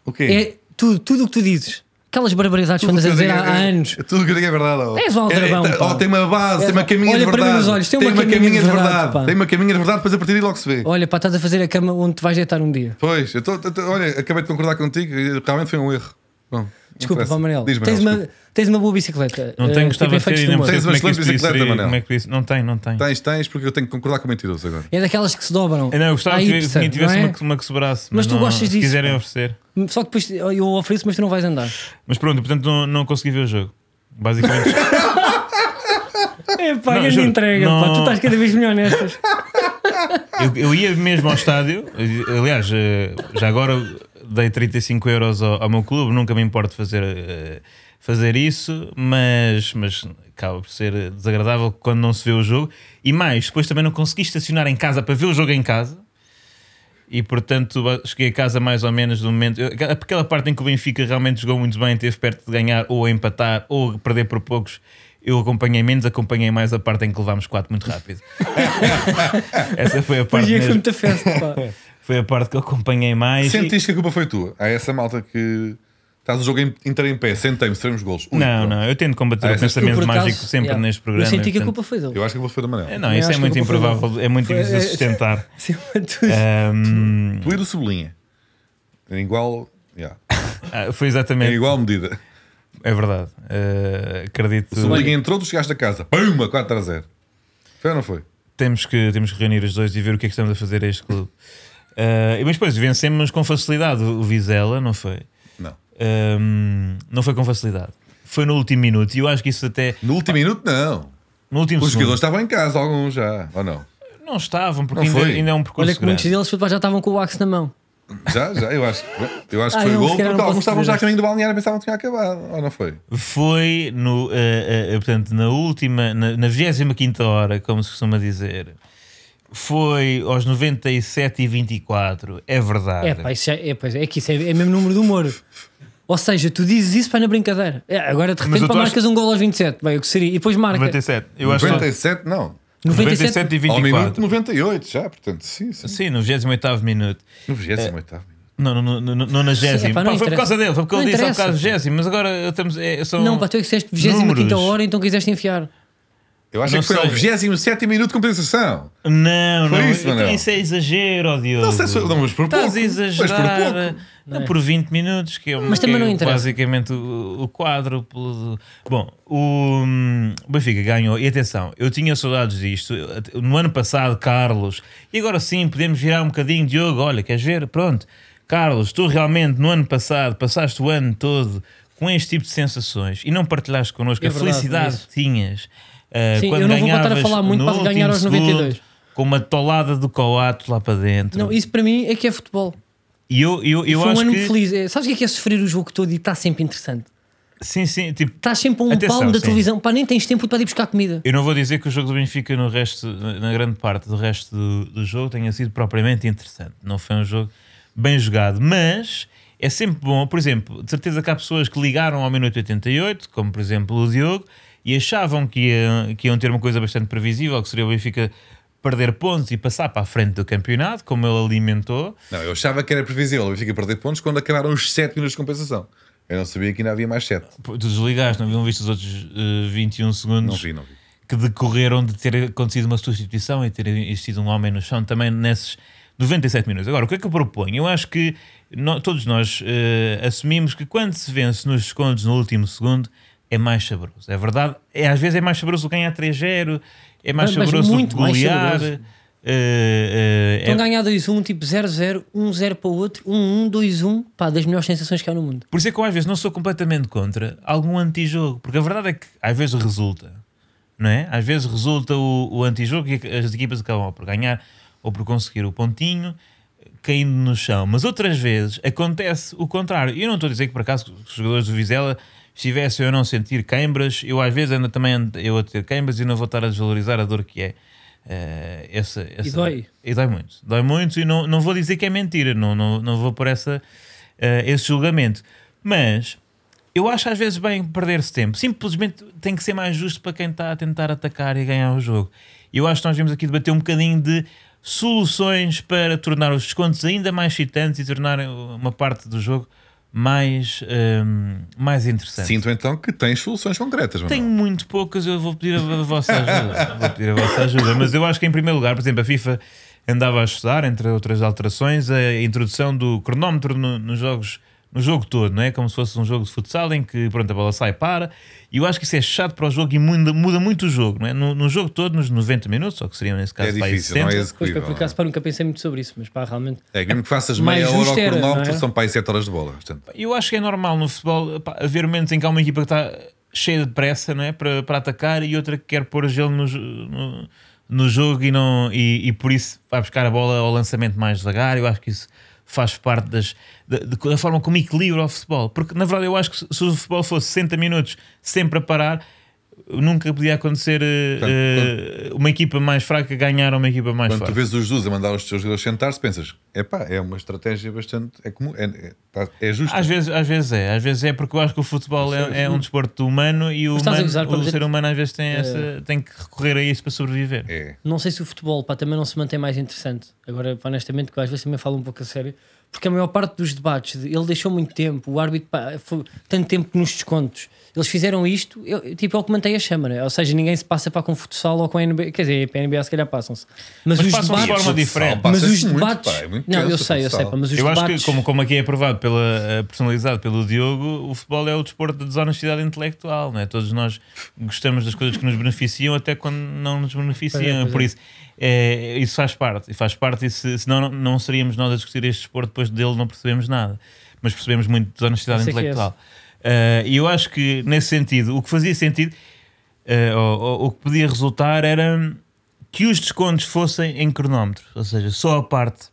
A: o quê?
C: É tudo, tudo o que tu dizes. Aquelas barbaridades que andas a
A: que eu
C: dizer
A: digo
C: há, há
A: é-
C: anos.
A: é Tudo o que eu digo é verdade. ó.
C: És um aldrabão,
A: É, é,
C: pá.
A: ó, tem uma base,
C: És
A: tem uma
C: um-
A: caminha de
C: Olha para mim
A: verdade.
C: nos olhos, tem uma caminha de verdade, pá.
A: Tem uma caminha de verdade, depois a partir daí logo se vê.
C: Olha, pá, estás a fazer a cama onde te vais deitar um dia.
A: Pois, eu tô, eu tô- olha, acabei de concordar contigo, e realmente foi um erro. Bom, não
C: Desculpa,
A: interessa.
C: pá, Manel.
A: Diz,
C: Tens,
A: desculpa.
C: uma, tens uma boa bicicleta.
B: Não
C: eh,
B: tenho,
C: tipo
B: gostava de ter
C: efeitos
B: e
C: de
B: não percebo
C: humor.
A: Tens uma
B: como é que isso
A: excelente
B: podia
A: bicicleta,
B: ser-
A: Manel.
B: como é que isso- Não tenho, não tenho.
A: Tens, tens, porque eu tenho que concordar com mentiroso agora.
C: É daquelas que se dobram.
B: Eu não, eu gostava
C: Há
B: que
C: hipster,
B: ninguém tivesse
C: não é?
B: uma, que- uma que sobrasse.
C: Mas tu
B: não-
C: gostas
B: se
C: disso,
B: quiserem
C: pá.
B: oferecer.
C: Só que depois "Oh, eu ofereço, mas tu não vais [laughs] andar.
B: Mas pronto, portanto não, não consegui ver o jogo.
C: [laughs]
B: Basicamente.
C: É pá,
B: Não,
C: grande
B: juro,
C: entrega,
B: não-
C: pá. Tu estás cada vez melhor nestas.
B: eu, eu ia mesmo ao estádio. Aliás, eh, já agora dei 35 euros ao, ao meu clube. Nunca me importo fazer, eh, fazer isso, mas, mas acaba por ser desagradável quando não se vê o jogo. E mais, depois também não consegui estacionar em casa para ver o jogo em casa. E portanto ba- cheguei a casa mais ou menos no momento. eu- aquela- Aquela parte em que o Benfica realmente jogou muito bem, teve perto de ganhar ou empatar ou perder por poucos. Eu acompanhei menos, acompanhei mais a parte em que levámos 4 muito
C: [laughs]
B: rápido. Essa foi a
C: Pois
B: parte.
C: é, foi
B: mesmo.
C: muita festa, [laughs] pá.
B: Foi a parte que eu acompanhei mais.
A: Sentiste que a culpa foi tua? Há essa malta que estás o jogo em- inteiro em pé, sentei-me, seremos golos.
B: E-
A: Ui,
B: Não,
A: pá.
B: não, eu tento combater
A: Ah,
B: o
A: essa-
B: pensamento
C: Eu, é por acaso,
B: mágico sempre
C: yeah.
B: neste programa.
C: Eu senti
B: e,
C: que a
B: portanto-
C: culpa foi dele.
A: Eu acho que a culpa foi do Manel.
B: É, Não,
C: Eu
B: isso
C: acho
B: é
C: que
B: muito
C: a culpa foi
B: improvável, é muito
C: Foi-
B: difícil de
C: é- [laughs]
B: sustentar.
C: Acima de tudo.
B: Ahm,
A: Tu e do Sublinha. Em igual. yeah,
B: ah, foi
A: Em
C: É
B: exatamente.
A: igual medida.
B: É verdade. Ah, acredito.
A: O Sublinha entrou, tu chegaste a casa. Pumba, 4 a 0. Foi ou não foi?
B: temos que, temos que reunir os dois e ver o que é que estamos a fazer a este clube. Ah, mas depois vencemos com facilidade o o Vizela, não foi?
A: Não.
B: Ahm, não foi com facilidade. Foi no último minuto e eu acho que isso até.
A: No último minuto, não.
B: No último
A: Os
B: segundo,
A: jogadores estavam em casa, alguns já. Ou não?
B: não estavam, porque
A: Não
B: ainda,
A: foi.
B: ainda é um percurso.
C: Olha que muitos
B: grande.
C: deles pá, já estavam com o axe na mão.
A: Já, já. Eu acho, que- eu acho que
C: Ah,
A: foi
C: eu
A: gol
C: se
A: porque
C: calhar não
A: alguns
C: posso
A: estavam
C: dizer
A: já a
C: isto.
A: caminho do balneário e pensavam que tinha acabado. Ou não foi?
B: Foi no, eh, eh, portanto, na última, na, na 25 hora, como se costuma dizer, foi aos 97 e 24, é verdade.
C: É, pá, isso já- é, pois é, é que isso é, é mesmo número do humor. Ou seja, tu dizes isso para na brincadeira. É, agora de
B: Mas eu
C: repente pá,
B: tô a-
C: marcas um gol aos 27. Bem, o que seria? E depois marca.
B: 97, eu acho que
A: 97, não.
C: 97.
B: 97 e
A: Ao minuto
B: 24.
A: 98, já. Portanto, sim, sim.
B: Sim, no 28 minuto.
A: No 28 minuto.
B: Não, no, no, no, no, na
C: Sim,
B: gésima. Pá,
C: epá, não
B: foi por
C: interessa.
B: causa é dele, foi porque
C: Não
B: ele disse ao
C: interessa.
B: caso gésimo, mas agora estamos. É, são
C: Não, pá, tu é que disseste 25
B: números.
C: hora, então quiseste enfiar.
A: Eu acho
B: Não
A: que foi
B: sei.
A: ao 27 minuto de compensação.
B: Não,
A: Foi
B: não,
A: isso,
B: então
A: Manel.
B: isso é exagero, ó Diogo.
A: Não sei se foi. Não, mas por pouco.
B: Estás a
A: Mas por
B: exagerar
A: pouco.
B: não, por 20 minutos, que é,
C: Mas
B: que
C: também não
B: é
C: interessa.
B: basicamente o, o quádruplo. Do... Bom, o hum, Benfica ganhou. E atenção, eu tinha saudades disto. Eu, at- No ano passado, Carlos, e agora sim podemos virar um bocadinho, Diogo. Olha, queres ver? Pronto, Carlos, tu realmente no ano passado passaste o ano todo com este tipo de sensações e não partilhaste connosco
C: É
B: a
C: verdade,
B: felicidade
C: isso.
B: que tinhas. ah,
C: Sim,
B: quando
C: eu não vou voltar a
B: ganhavas
C: falar muito
B: no
C: para ganhar
B: último
C: aos 92.
B: segundo, com uma tolada do coato lá para dentro.
C: Não, isso para mim é que é futebol.
B: E eu, eu, Tá eu
C: Foi um
B: acho
C: ano
B: que.
C: muito feliz. É, sabes o que é que é sofrer o jogo todo e está sempre interessante?
B: Sim, sim, tipo,
C: Estás sempre a um
B: Atenção,
C: palmo da
B: sim.
C: televisão, pá, nem tens tempo para ir buscar comida.
B: Eu não vou dizer que o jogo do Benfica no resto, na na grande parte do resto do, do jogo tenha sido propriamente interessante. Não foi um jogo bem jogado, mas é sempre bom. Por exemplo, de certeza que há pessoas que ligaram ao minuto 88, como por exemplo o Diogo, e achavam que, ia- que iam ter uma coisa bastante previsível, que seria o Benfica perder pontos e passar para a frente do campeonato, como ele alimentou.
A: Não, eu achava que era previsível. O Benfica perder pontos quando acabaram os 7 minutos de compensação. Eu não sabia que ainda havia mais 7.
B: Pô, Tu desligaste, não viam visto os outros eh, 21 segundos.
A: Não vi, não vi.
B: que decorreram de ter acontecido uma substituição e ter existido um homem no chão também nesses 97 minutos. Agora, o que é que eu proponho? Eu acho que nó- todos nós eh, assumimos que quando se vence nos descontos no último segundo é mais saboroso. É verdade, é, às vezes é mais saboroso ganhar 3-0, é mais
C: Mas- mas
B: saboroso
C: muito mais
B: golear.
C: saboroso.
B: eh, eh, é-
C: Estão a ganhar 2-1, tipo 0-0, 1-0 para o outro, 1-1, 2-1, pá, das melhores sensações que há no mundo.
B: Por isso é que eu às vezes não sou completamente contra algum antijogo, porque a verdade é que às vezes resulta, não é? Às vezes resulta o, o antijogo e as equipas acabam por ganhar ou por conseguir o pontinho caindo no chão, mas outras vezes acontece o contrário. E Eu não estou a dizer que por acaso os jogadores do Vizela estivessem a não sentir queimbras, eu às vezes ainda também ando eu a ter queimbras e não vou estar a desvalorizar a dor que é. eh, essa, essa,
C: dói.
B: e dói muito. Dói muito e não, não vou dizer que é mentira, não, não, não vou por essa, eh, esse julgamento. Mas eu acho às vezes bem perder-se tempo. Simplesmente tem que ser mais justo para quem está a tentar atacar e ganhar o jogo. E Eu acho que nós vimos aqui debater um bocadinho de soluções para tornar os descontos ainda mais excitantes e tornar uma parte do jogo mais, ehm, mais interessante.
A: Sinto então que tens soluções concretas, Manuel.
B: Tenho muito poucas, eu vou pedir a, a vossa ajuda. [laughs] vou pedir a vossa ajuda. Mas eu acho que, em primeiro lugar, por exemplo, a FIFA andava a estudar, entre outras alterações, a introdução do cronómetro no- nos jogos. No jogo todo, não é? Como se fosse um jogo de futsal em que pronto, a bola sai e para. E eu acho que isso é chato para o jogo e muda, muda muito o jogo, não é? No, no jogo todo, nos 90 minutos, ou que seriam nesse caso
A: É
B: para aí
A: difícil, não é
B: 60,
C: Pois,
A: execuível.
C: pá, por
A: não é?
C: acaso, pá, nunca pensei muito sobre isso, mas pá, realmente.
A: É, mesmo que faças
C: Mais
A: meia hora ao
C: justo era,
A: cronómetro,
C: não é?
A: são para aí 7 horas de bola. Portanto,
B: Eu acho que é normal no futebol pá, haver momentos em que há uma equipa que está cheia de pressa não é? para, para atacar e outra que quer pôr gelo no, jo- no, no jogo e, não, e, e por isso vai buscar a bola ao lançamento mais devagar. Eu acho que isso faz parte das, da, de- da forma como equilibra o futebol. Porque na verdade eu acho que se, se o futebol fosse 60 minutos sempre a parar. Nunca podia acontecer eh,
A: Portanto,
B: eh, uma equipa mais fraca ganhar a uma equipa mais
A: quando tu
B: forte.
A: vês os Jesus a mandar os teus jogadores sentar-se, pensas: epá, é uma estratégia bastante. É comum, é, é, tá- é justa.
C: Ah,
B: Às vezes, às vezes é, às vezes é porque eu acho que o futebol é, é um desporto humano e o,
C: Mas estás a
B: humano-
C: gozar para
B: o
C: dizer- eh,
B: ser humano às vezes tem, essa, tem que recorrer a isso para sobreviver.
A: É.
C: Não sei se o futebol pá, também não se mantém mais interessante. Agora, pá, honestamente, que eu às vezes também falo um pouco a sério, porque a maior parte dos debates, de- ele deixou muito tempo, o árbitro pá, foi tanto tempo nos descontos. Eles fizeram isto, eu, tipo, é o que mantém a chama, né? ou seja, ninguém se passa para com o futsal ou com a NBA, quer dizer, para a NBA se calhar passam-se. Mas,
B: Mas
C: os
B: passam de
C: debates. Ah,
B: forma diferente.
A: Passa-se
C: Mas os
A: muito,
C: debates.
A: pá, é muito
C: não, eu
A: tenso o
C: sei, eu sei,
A: futsal.
C: pá, mas os
B: eu
C: debates.
B: acho que, como, como aqui é aprovado pela, eh, personalizado pelo Diogo, o futebol é o desporto da desonestidade intelectual, não é? Todos nós gostamos das coisas que nos beneficiam até quando não nos beneficiam.
C: Pois é, pois
B: Por
C: é.
B: isso, eh, isso faz parte. E faz parte, e se, senão não, não seríamos nós a discutir este desporto, depois dele não percebemos nada. Mas percebemos muito desonestidade
C: Isso é que é
B: intelectual. Eh, E eu acho que, nesse sentido, o que fazia sentido, eh, ou- ou- o que podia resultar era que os descontos fossem em cronómetro, ou seja, só a parte.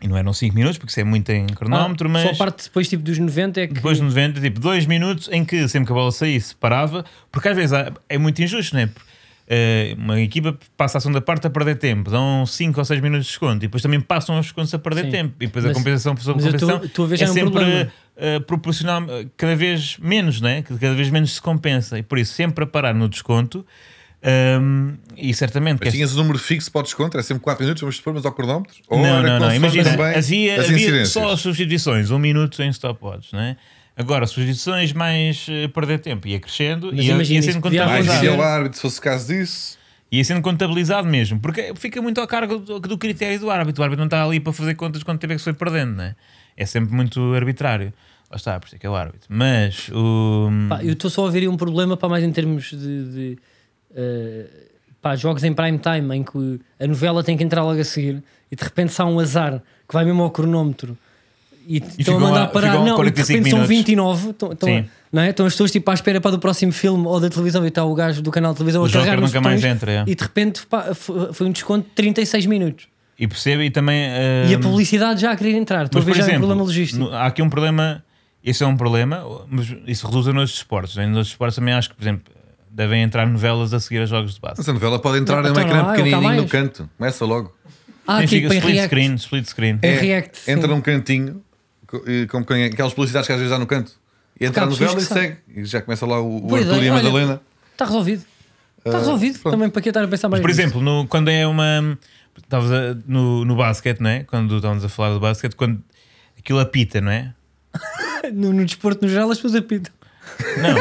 B: E não eram 5 minutos, porque isso é muito em cronómetro,
C: Ah,
B: mas
C: Só a parte depois tipo dos 90 é que.
B: depois de 90, tipo 2 minutos em que sempre que a bola saísse parava, porque às vezes há- é muito injusto, não é? Porque, eh, uma equipa passa a segunda parte a perder tempo, dão 5 ou 6 minutos de desconto e depois também passam os descontos a perder
C: Sim.
B: tempo e depois a
C: Mas-
B: compensação por sobre
C: mas eu tô-
B: compensação
C: tô a ver já
B: é
C: um
B: sempre
C: problema.
B: eh, proporcional eh, cada vez menos, né? Que cada vez menos se compensa e por isso sempre a parar no desconto ehm, e certamente que
A: Mas
B: esta-
A: tinhas o número fixo para o desconto, era sempre 4 minutos, vamos supor, mas ao cronómetro? Ou
B: não,
A: era
B: não, não.
A: consoante
B: Imagina,
A: também
B: havia,
A: as
B: havia
A: incidências?
B: só as substituições, um minuto em stop watch, não é? Agora, substituições mais eh, perder tempo, ia crescendo
C: Mas
B: e ia-
C: imagina,
B: ia
C: isso
B: sendo
C: podia
A: Mais
C: Exato.
A: vídeo
B: contabilizado.
A: ao árbitro, se fosse caso disso.
B: Ia sendo contabilizado mesmo, porque fica muito ao cargo do, do critério do árbitro. O árbitro não está ali para fazer contas de quanto tempo é que se foi perdendo, não é? É sempre muito arbitrário. Lá está, por isso é que é o árbitro. Mas o.
C: Pá, eu estou só a ver aí um problema para mais em termos de, de eh, pá, jogos em prime time em que a novela tem que entrar logo a seguir e de repente se há um azar que vai mesmo ao cronómetro e estão a
B: ficam
C: mandar
B: lá-
C: parar.
B: ficam lá
C: Não, e de
B: 45
C: repente são
B: minutos.
C: 29. Estão, estão,
B: Sim.
C: não é? Estão as pessoas tipo à espera para do próximo filme ou da televisão e está o gajo do canal de televisão
B: O
C: a carregar
B: Joker
C: nos
B: nunca mais
C: botões,
B: entra. é.
C: E de repente pá, f- foi um desconto de 36 minutos.
B: E percebe e também.
C: E a
B: hum,
C: publicidade já a querer entrar. Estou
B: Mas,
C: a ver
B: por
C: já um
B: exemplo,
C: problema logístico.
B: no- há aqui um problema, esse é um problema, mas isso resulta nos esportes. Né? Nos esportes também acho que, por exemplo, devem entrar novelas a seguir a jogos de base.
A: Mas a novela pode entrar
C: Não,
A: em um
C: então não
A: ecrã
C: há, ele está
A: pequenininho no
C: mais.
A: canto. Começa logo.
B: Sim,
C: Ah, aqui
B: fica
C: para
B: split
C: React.
B: screen, split screen.
C: É React. sim.
A: Entra num cantinho, co- e como quem- aquelas publicidades que às vezes há no canto. E entra
C: há
A: a novela e
C: pessoas que
A: segue. E já começa lá o, o
C: Boa
A: Arthur e
C: ideia,
A: a
C: é, olha.
A: Madalena.
C: Está resolvido. Está resolvido.
A: pronto.
C: Também para que estar a pensar mais
B: Por
C: nisso?
B: exemplo, no- quando é uma. Estavas a- no, no basquete, não é? Quando estávamos a falar do basquete, quando aquilo apita, não é?
C: [laughs] No, no desporto no geral as pessoas apitam. [laughs] Então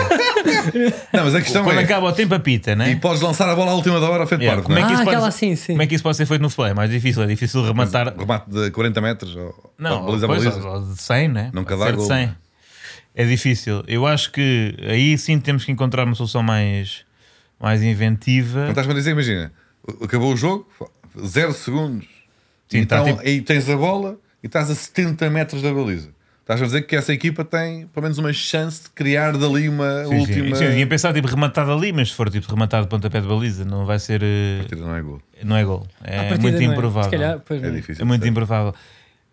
B: Não,
A: Não, mas a questão
B: quando
A: é.
B: acaba o tempo, apita, não
A: E
B: é?
A: podes lançar a bola à última da hora à frente
B: Yeah,
A: parvo, não é?
C: Ah,
B: isso pode-
C: aquela assim, sim.
B: Como é que isso pode ser feito no futebol? É mais difícil, é difícil rematar.
A: Remate de 40 metros. Ou,
B: Não,
A: ou baliza a
B: pois,
A: baliza.
B: ou de 100, né?
A: Nunca
B: Pode
A: dá
B: ser de
A: gol,
B: 100.
A: né?
B: É difícil. Eu acho que aí sim temos que encontrar uma solução mais, mais
A: Não
B: inventiva.
A: estás-me a dizer, imagina, acabou o jogo, 0 segundos,
B: Sim,
A: e,
B: tá
A: então,
B: tipo-
A: e tens a bola e estás a 70 metros da baliza. Estás a dizer que essa equipa tem pelo menos uma chance de criar dali uma
B: Sim, sim.
A: última.
B: Sim, eu tinha pensado tipo rematado ali, mas se for tipo rematado de pontapé de baliza, não vai ser. eh,
A: Partida não é gol.
B: Não é gol. É
C: partida,
B: muito
C: não
B: improvável.
C: Se calhar, pois
A: É
C: não.
A: difícil.
B: É muito
A: sim.
B: improvável.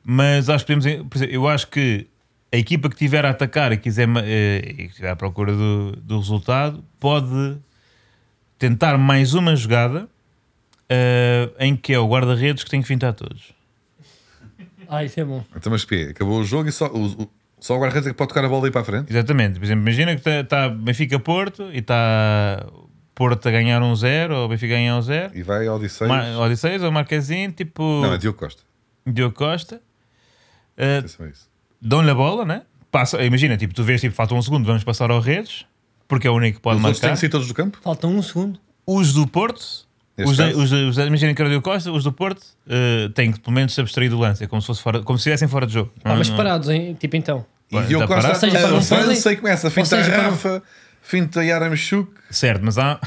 B: Mas acho que podemos. por exemplo, eu acho que a equipa que estiver a atacar e quiser ma- eh, e que estiver à procura do, do resultado pode tentar mais uma jogada eh, em que é o guarda-redes que tem que fintar todos.
C: Ah, isso é bom.
A: Então, mas Pê, acabou o jogo e só o, o, só o guarda-redes é que pode tocar a bola aí para a frente.
B: Exatamente. Por exemplo, imagina que está Benfica Porto e está Porto a ganhar um zero ou Benfica a ganhar um zero.
A: E vai ao Odisseias.
B: Mar Odisseias ou Marquezinho, tipo
A: Não, é Diogo Costa.
B: Diogo Costa. Eh,
A: Atenção a isso.
B: dão-lhe a bola, né? Passa, imagina, tipo, tu vês, tipo, falta um segundo, vamos passar ao Redes, porque é o único que pode
A: Os outros têm
B: marcar.
A: que sair todos do campo?
C: Falta um segundo.
B: Os do Porto,
A: Neste
B: os, da-
A: caso.
B: os, da- os, da- imagina que era o Diogo Costa, os do Porto eh, têm que pelo menos se abstrair do lance, é como se fosse fora, como se estivessem fora de jogo.
C: Ah, mas
B: Não-
C: parados, hein? tipo então.
A: E
B: Bem,
A: Diogo
B: tá
A: Costa
B: parado.
C: Ou seja, para não
A: avança
C: perder.
A: e começa a é finta
C: Ou seja, para não-
A: Rafa, finta Yaramchuk.
B: Certo, mas há.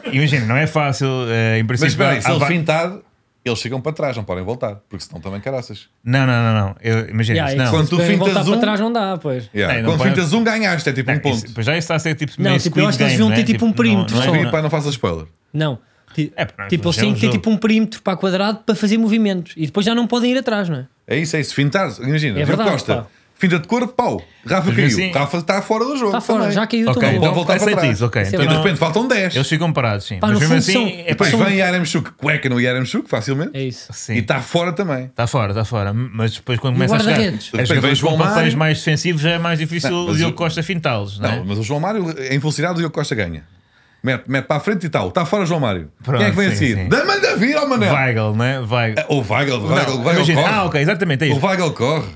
B: [laughs] imagina, não é fácil, eh, em princípio.
A: Mas espera aí,
B: há-
A: se
B: há
A: ele
B: va-
A: fintar, eles chegam para trás, não podem voltar, porque senão também caraças.
B: Não, não, não, não. Eu- imagina,
C: Yeah, é
B: se
C: isso.
B: É, não.
A: Quando tu
C: Se puderem
A: fintas
C: voltar para
A: um-
C: trás não dá, pois.
A: Yeah.
B: Não, É, não
A: Quando
B: pode-
A: fintas um, ganhaste, é tipo um
B: Não,
A: ponto.
B: isso- pois já isso está a ser tipo.
C: Não,
B: meio
C: tipo, eu acho
B: Squid
C: que eles
B: Game,
C: deviam
B: né?
C: ter, tipo, um perímetro
B: não, não,
C: só.
B: é-
A: Filipe, pá, não faças spoiler.
C: Não. Ti-
B: É, pá,
C: tipo,
B: mas é um
C: eles têm que ter
B: jogo.
C: tipo um perímetro para quadrado para fazer movimentos. E depois já não podem ir atrás, não é?
A: É isso, é isso. Fintar, imagina,
C: É
A: Diogo
C: verdade,
A: Costa.
C: pá.
A: Finta de corpo, pau. Rafa
B: Mas
A: caiu.
B: assim-
A: Rafa está fora do jogo.
C: Está Tá fora,
A: também.
C: já caiu
B: Ok, então.
C: tudo.
A: Pode voltar para
B: aceito
A: trás.
B: isso, ok.
C: Isso é
B: Então
A: E de
B: não-
A: repente faltam 10.
B: Eles ficam parados, sim.
C: Pá,
B: mas
C: no
B: mesmo
C: fundo
B: assim,
C: são-
B: é
A: E depois
B: pá,
A: vem Yaramchuk, cueca no Yaramchuk, facilmente.
C: É isso.
B: Sim.
A: E está fora também.
B: Está Tá fora, está fora. Mas depois quando
C: E
B: começa a chegar
C: guarda-redes?
B: as
A: Depois
B: jogadores
A: vem o
B: com
A: João
B: papéis
A: Mário.
B: mais defensivos já é mais difícil
A: Não,
B: o
A: mas
B: Diogo
A: o-
B: Costa fintá-los, não
A: Não,
B: é?
A: Tá, mas o João Mário, em velocidade, o Diogo Costa ganha. Mete, mete para a frente e tal. Está fora o João Mário.
B: Pronto,
A: Quem é que vem
B: sim,
A: a seguir?
B: sim.
A: Manda vir ao Manel.
B: Weigl, não é? Weigl.
A: O Weigl, o Weigl, o Weigl
B: Imagina,
A: corre.
B: ah, ok, exatamente, é
A: O
B: isso.
A: Weigl corre.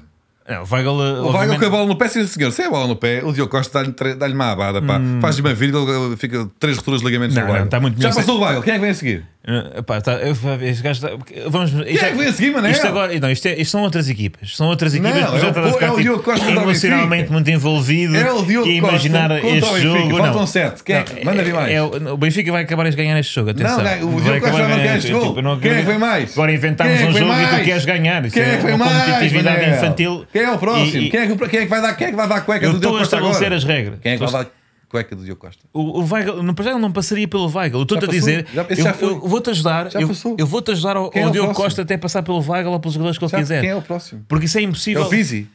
B: Não, o Weigl,
A: O Weigl com a
B: obviamente,
A: bola no pé, sim senhor. Sem a bola no pé, o Diogo Costa dá-lhe tre- dá-lhe uma abada, pá. Faz-lhe uma vírgula, fica três rupturas de ligamentos
B: Hum. Não,
A: no Weigl.
B: não, tá muito
A: Já
B: melhor
A: passou o Weigl, quem é que vem a seguir?
B: eh, pá, tá, eu- este gajo está- Vamos. Quem
A: é que vem a seguir, Manel?
B: Isto agora. Não, isto, é, isto são outras equipas. São outras equipas
A: Não,
B: que
A: é
B: já
A: o-
B: está a
A: é
B: ficar
A: o Diogo Costa
B: tipo,
A: contra o
B: emocionalmente
A: Benfica.
B: muito envolvido
A: É o Diogo
B: e imaginar
A: Costa contra o
B: este
A: Benfica.
B: jogo.
A: Faltam
B: não.
A: sete. Quem é que- manda vir mais.
B: é o- o Benfica vai acabar a ganhar este jogo. Atenção.
A: Não, não, o
B: Vai
A: Diogo Costa
B: acabar
A: vai
B: a ganhar
A: marcar
B: este
A: este
B: jogo.
A: gol.
B: Tipo, eu não-
A: Quem é que vem mais?
B: Agora inventámos
A: Quem é que
B: um
A: vem
B: jogo e tu
A: mais?
B: queres ganhar. Isso
A: Quem é que vem
B: uma
A: mais?
B: competitividade
A: Manel?
B: infantil.
A: Quem é o próximo?
B: E- e-
A: Quem, é que, quem é que vai dar, quem é que vai dar a cueca
B: Eu
A: do
B: estou
A: Diogo
B: a
A: Costa
B: estabelecer
A: agora?
B: as regras.
A: Quem é que
B: Estou a-
A: vai dar a cueca do Diogo Costa?
B: O, o Weigl, no Portugal não passaria pelo Weigl. Eu estou-te a
A: passou.
B: dizer,
A: Já- esse
B: eu,
A: já foi.
B: eu vou-te ajudar,
A: Já
B: eu,
A: passou.
B: eu vou-te ajudar ao,
A: Quem é
B: ao
A: o
B: Diogo
A: próximo?
B: Costa até passar pelo Weigl ou pelos jogadores que ele
A: Já-
B: quiser.
A: Quem é o próximo?
B: Porque isso é
A: É
B: impossível.
A: o Pizzi.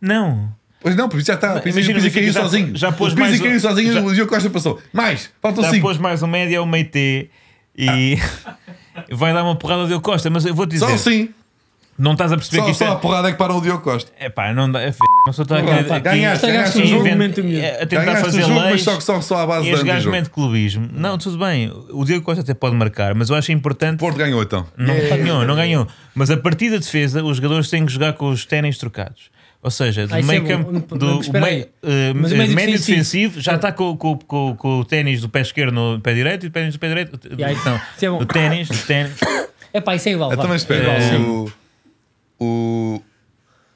B: Não.
A: Pois não, porque já está. O Pizzi, o
B: Imagina,
A: Pizzi
B: o Benfica
A: caiu
B: já-
A: sozinho.
B: já pôs
A: o Pizzi
B: mais o-
A: caiu sozinho
B: já-
A: o Diogo Costa passou. Mais, faltam
B: Já
A: cinco.
B: pôs mais um média, um meio T e [laughs] vai dar uma porrada ao Diogo Costa. Mas eu vou-te
A: Ah. Só
B: dizer,
A: sim.
B: não estás a perceber
A: Só,
B: que isto
A: só a
B: é...
A: porrada é que para o Diogo Costa.
B: É pá, não dá... É f... Uma pessoa está
A: Pronto,
B: aqui,
A: pá,
B: aqui
A: ganhaste,
B: a
A: ganhaste o
B: invent-
A: jogo,
C: momento miúdo.
B: é, a tentar
A: Ganhaste
B: fazer
A: o jogo, mas
B: leis.
A: só, só, só à base
B: E
A: de
B: este
A: antes
B: gajo
A: do
B: mete
A: jogo.
B: clubismo. Não, tudo bem. O Diego Costa até pode marcar, mas eu acho importante.
A: Porto ganhou então.
B: Não
C: É.
B: ganhou, não ganhou. Mas a partir da defesa, os jogadores têm que jogar com os ténis trocados. Ou seja, do
C: Ah, isso é
B: meio
C: bom.
B: campo.
C: Mas
B: Do
C: espera aí.
B: meio, eh,
C: Mas o
B: eh,
C: médio
B: médio
C: defensivo-
B: defensivo já está com, com, com, com o ténis do pé esquerdo no pé direito e o ténis do pé direito.
C: E aí,
B: não,
C: isso é bom.
B: do ténis, do ténis.
C: É pá, isso é igual. vá.
A: Então, mas espera,
B: É,
A: o, o,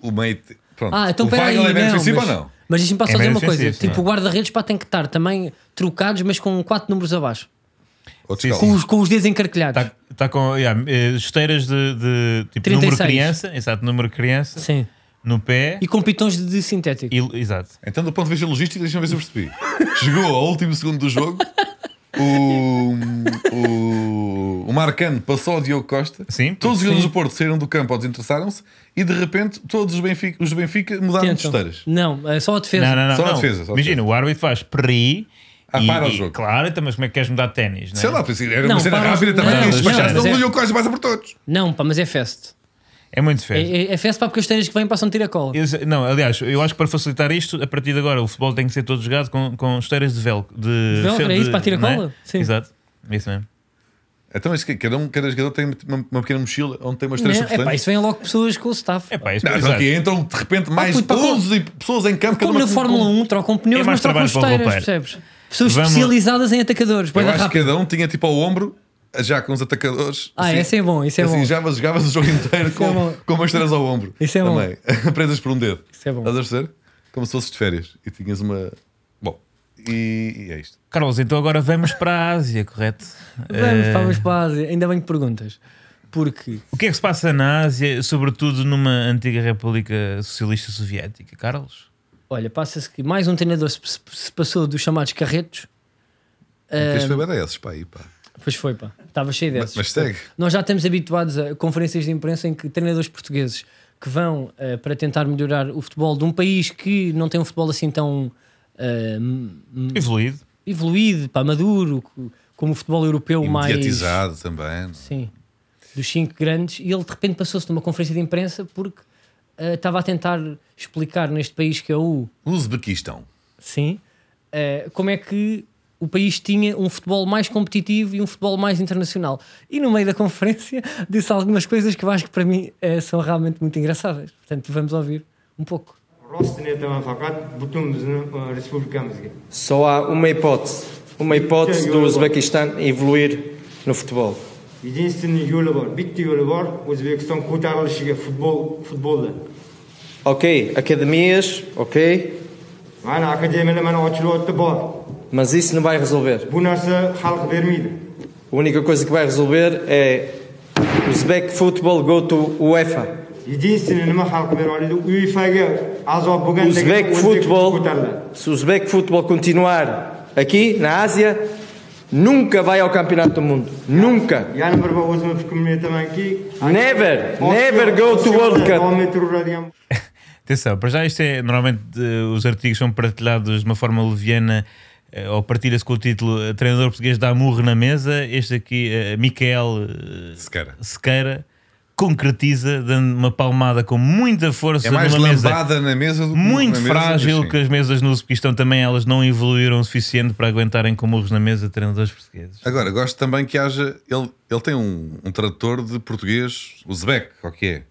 A: o meio. te- Pronto.
C: Ah, então
A: o
C: peraí.
A: Weigl é bem
C: não,
A: defensivo
C: mas-
A: ou não?
C: Mas deixa-me
B: É
C: passar
B: bem
C: dizer uma coisa.
B: defensivo,
C: Tipo,
B: sim.
C: o guarda-redes pá, tem que estar também trocados, mas com quatro números abaixo.
A: Ou
B: Sim,
A: descalço?
C: Com os, com os dedos encarquilhados.
B: Está tá com yeah, eh, esteiras de, de tipo número
C: 36.
B: criança, exato, número criança.
C: Sim.
B: no pé
C: E com pitons de sintético.
B: e- exato.
A: Então, do ponto de vista logístico, deixa-me ver se eu percebi. Chegou ao último segundo do jogo, o, o, o Marcano passou ao Diogo Costa,
B: Sim,
A: todos os
B: sim.
A: jogadores do Porto saíram do campo ou desinteressaram-se e de repente todos os, Benfica, os do Benfica mudaram de
C: Tentam.
A: esteiras.
C: Não, é só a defesa.
B: Não, não, não.
A: Só a
B: não.
A: defesa, só a
B: Imagina, o árbitro faz pri.
A: Ah,
B: e-
A: para o
B: e-
A: jogo.
B: Claro, então, mas como é que queres mudar de ténis? não é?
A: Sei lá, por isso era
C: Não,
A: uma cena
C: para os-
A: rápida também,
B: não,
A: não, despachaste
B: mas
A: o
B: é-
A: Diogo Costa passa por todos.
C: Não, pá, mas é fest.
B: É muito
C: É,
B: feio.
C: é, é fest, pá, porque os ténis que vêm passam tirar cola.
B: Eu sei- não, aliás, eu acho que para facilitar isto, a partir de agora o futebol tem que ser todo jogado com, com esteiras de velcro. De,
C: Velcro,
B: de-
C: é isso, para a tiracola?
B: não é?
C: Sim.
B: Exato, é isso mesmo.
A: Então, mas que- cada, um, cada jogador tem uma, uma pequena mochila onde tem umas
C: Não,
A: três
C: é pá,
A: substâncias.
C: isso vêm logo pessoas com o staff.
B: É pá, isso
A: Não, então
B: exato.
A: aqui entram de repente mais
C: Ah, puto, pá, como-
A: 11 pessoas em campo. cada
C: Como
A: uma
C: na
A: com- um
C: Fórmula 1, trocam pneus,
B: um É
C: mas
B: mais
C: trocam
B: trabalho para o
C: esteiras,
B: roupeiro.
C: percebes? Pessoas
B: Vamos-
C: especializadas em atacadores.
A: Eu
C: bué da
A: acho que
B: é
C: rápido.
A: cada um tinha tipo ao ombro, já com os atacadores.
C: Ah, esse é bom, esse é
A: assim,
C: bom.
A: jogavas, jogavas o jogo inteiro
C: é
A: com,
C: bom.
A: com umas estrelas ao ombro.
C: Isso é bom.
A: Também, [laughs] presas por um dedo.
C: Isso é bom.
A: Estás a perceber? Como se fosses de férias e tinhas uma. Bom, e, e é isto.
B: Carlos, então agora vamos para a Ásia, correto?
C: Vamos,
B: Eh,
C: pá, vamos para a Ásia. Ainda bem que perguntas. Porque
B: O que é que se passa na Ásia, sobretudo numa antiga República Socialista Soviética, Carlos?
C: Olha, passa-se que mais um treinador se, se- se passou dos chamados carretos.
A: Um...
C: Ah,
A: Este foi bem desses, pá, aí, pá.
C: pois foi, pá. Estava cheio
A: Mas,
C: desses.
A: mas segue.
C: Nós já estamos habituados a conferências de imprensa em que treinadores portugueses que vão ah, para tentar melhorar o futebol de um país que não tem um futebol assim tão ah, m- m-
B: Evoluído.
C: evoluído, pá, maduro, co- como o futebol europeu mais.
A: Mediatizado também. não é?
C: Sim, dos cinco grandes, e ele de repente passou-se numa conferência de imprensa porque ah, estava a tentar explicar neste país que é o
A: Uzbequistão.
C: Sim. Eh, como é que o país tinha um futebol mais competitivo e um futebol mais internacional? E no meio da conferência [laughs] disse algumas coisas que eu acho que para mim eh, são realmente muito engraçadas. Portanto, vamos ouvir um pouco.
D: rostini bilan faqat butun bizni e, respublikamizga
E: Só há uma hipótese. Uma hipótese do Uzbequistão evoluir no futebol.
D: единственный yo'li bor bitta yo'li bor o'zbekiston ko'tarilishiga futbol futbolda
E: Ok, academias, ok,
D: mana akademiyalar mana ochilyapti bor
E: mas isso não vai resolver.
D: bu narsa xalq bermaydi
E: A única coisa que vai resolver é Uzbek Football go to UEFA.
D: единственный nima xalq bera oladi E uefaga a'zo bo'lgan
E: Uzbek Football,
D: ko'tariladi
E: se o Uzbek Football continuar aqui na Ásia, nunca vai ao Campeonato do Mundo. Nunca.
D: yana bir bor o'zimni fikrimni aytamanki
E: Never, never go to World Cup.
D: davom ettiraveradigan
B: Atenção, para já isto é. Normalmente eh, os artigos são partilhados de uma forma leviana eh, ou partilha-se com o título eh, Treinador português dá murro na mesa. Este aqui, eh, Miquel eh,
A: Se cara.
B: Sequeira, concretiza, dando uma palmada com muita força
A: É mais
B: numa mesa
A: lambada na mesa do que
B: muito
A: na mesa, assim.
B: frágil
A: mas sim.
B: que as mesas no Uzbequistão também elas não evoluíram o suficiente para aguentarem com murros na mesa treinadores portugueses.
A: Agora, gosto também que haja. Ele, ele tem um, um tradutor de português, Uzbek, qual que é?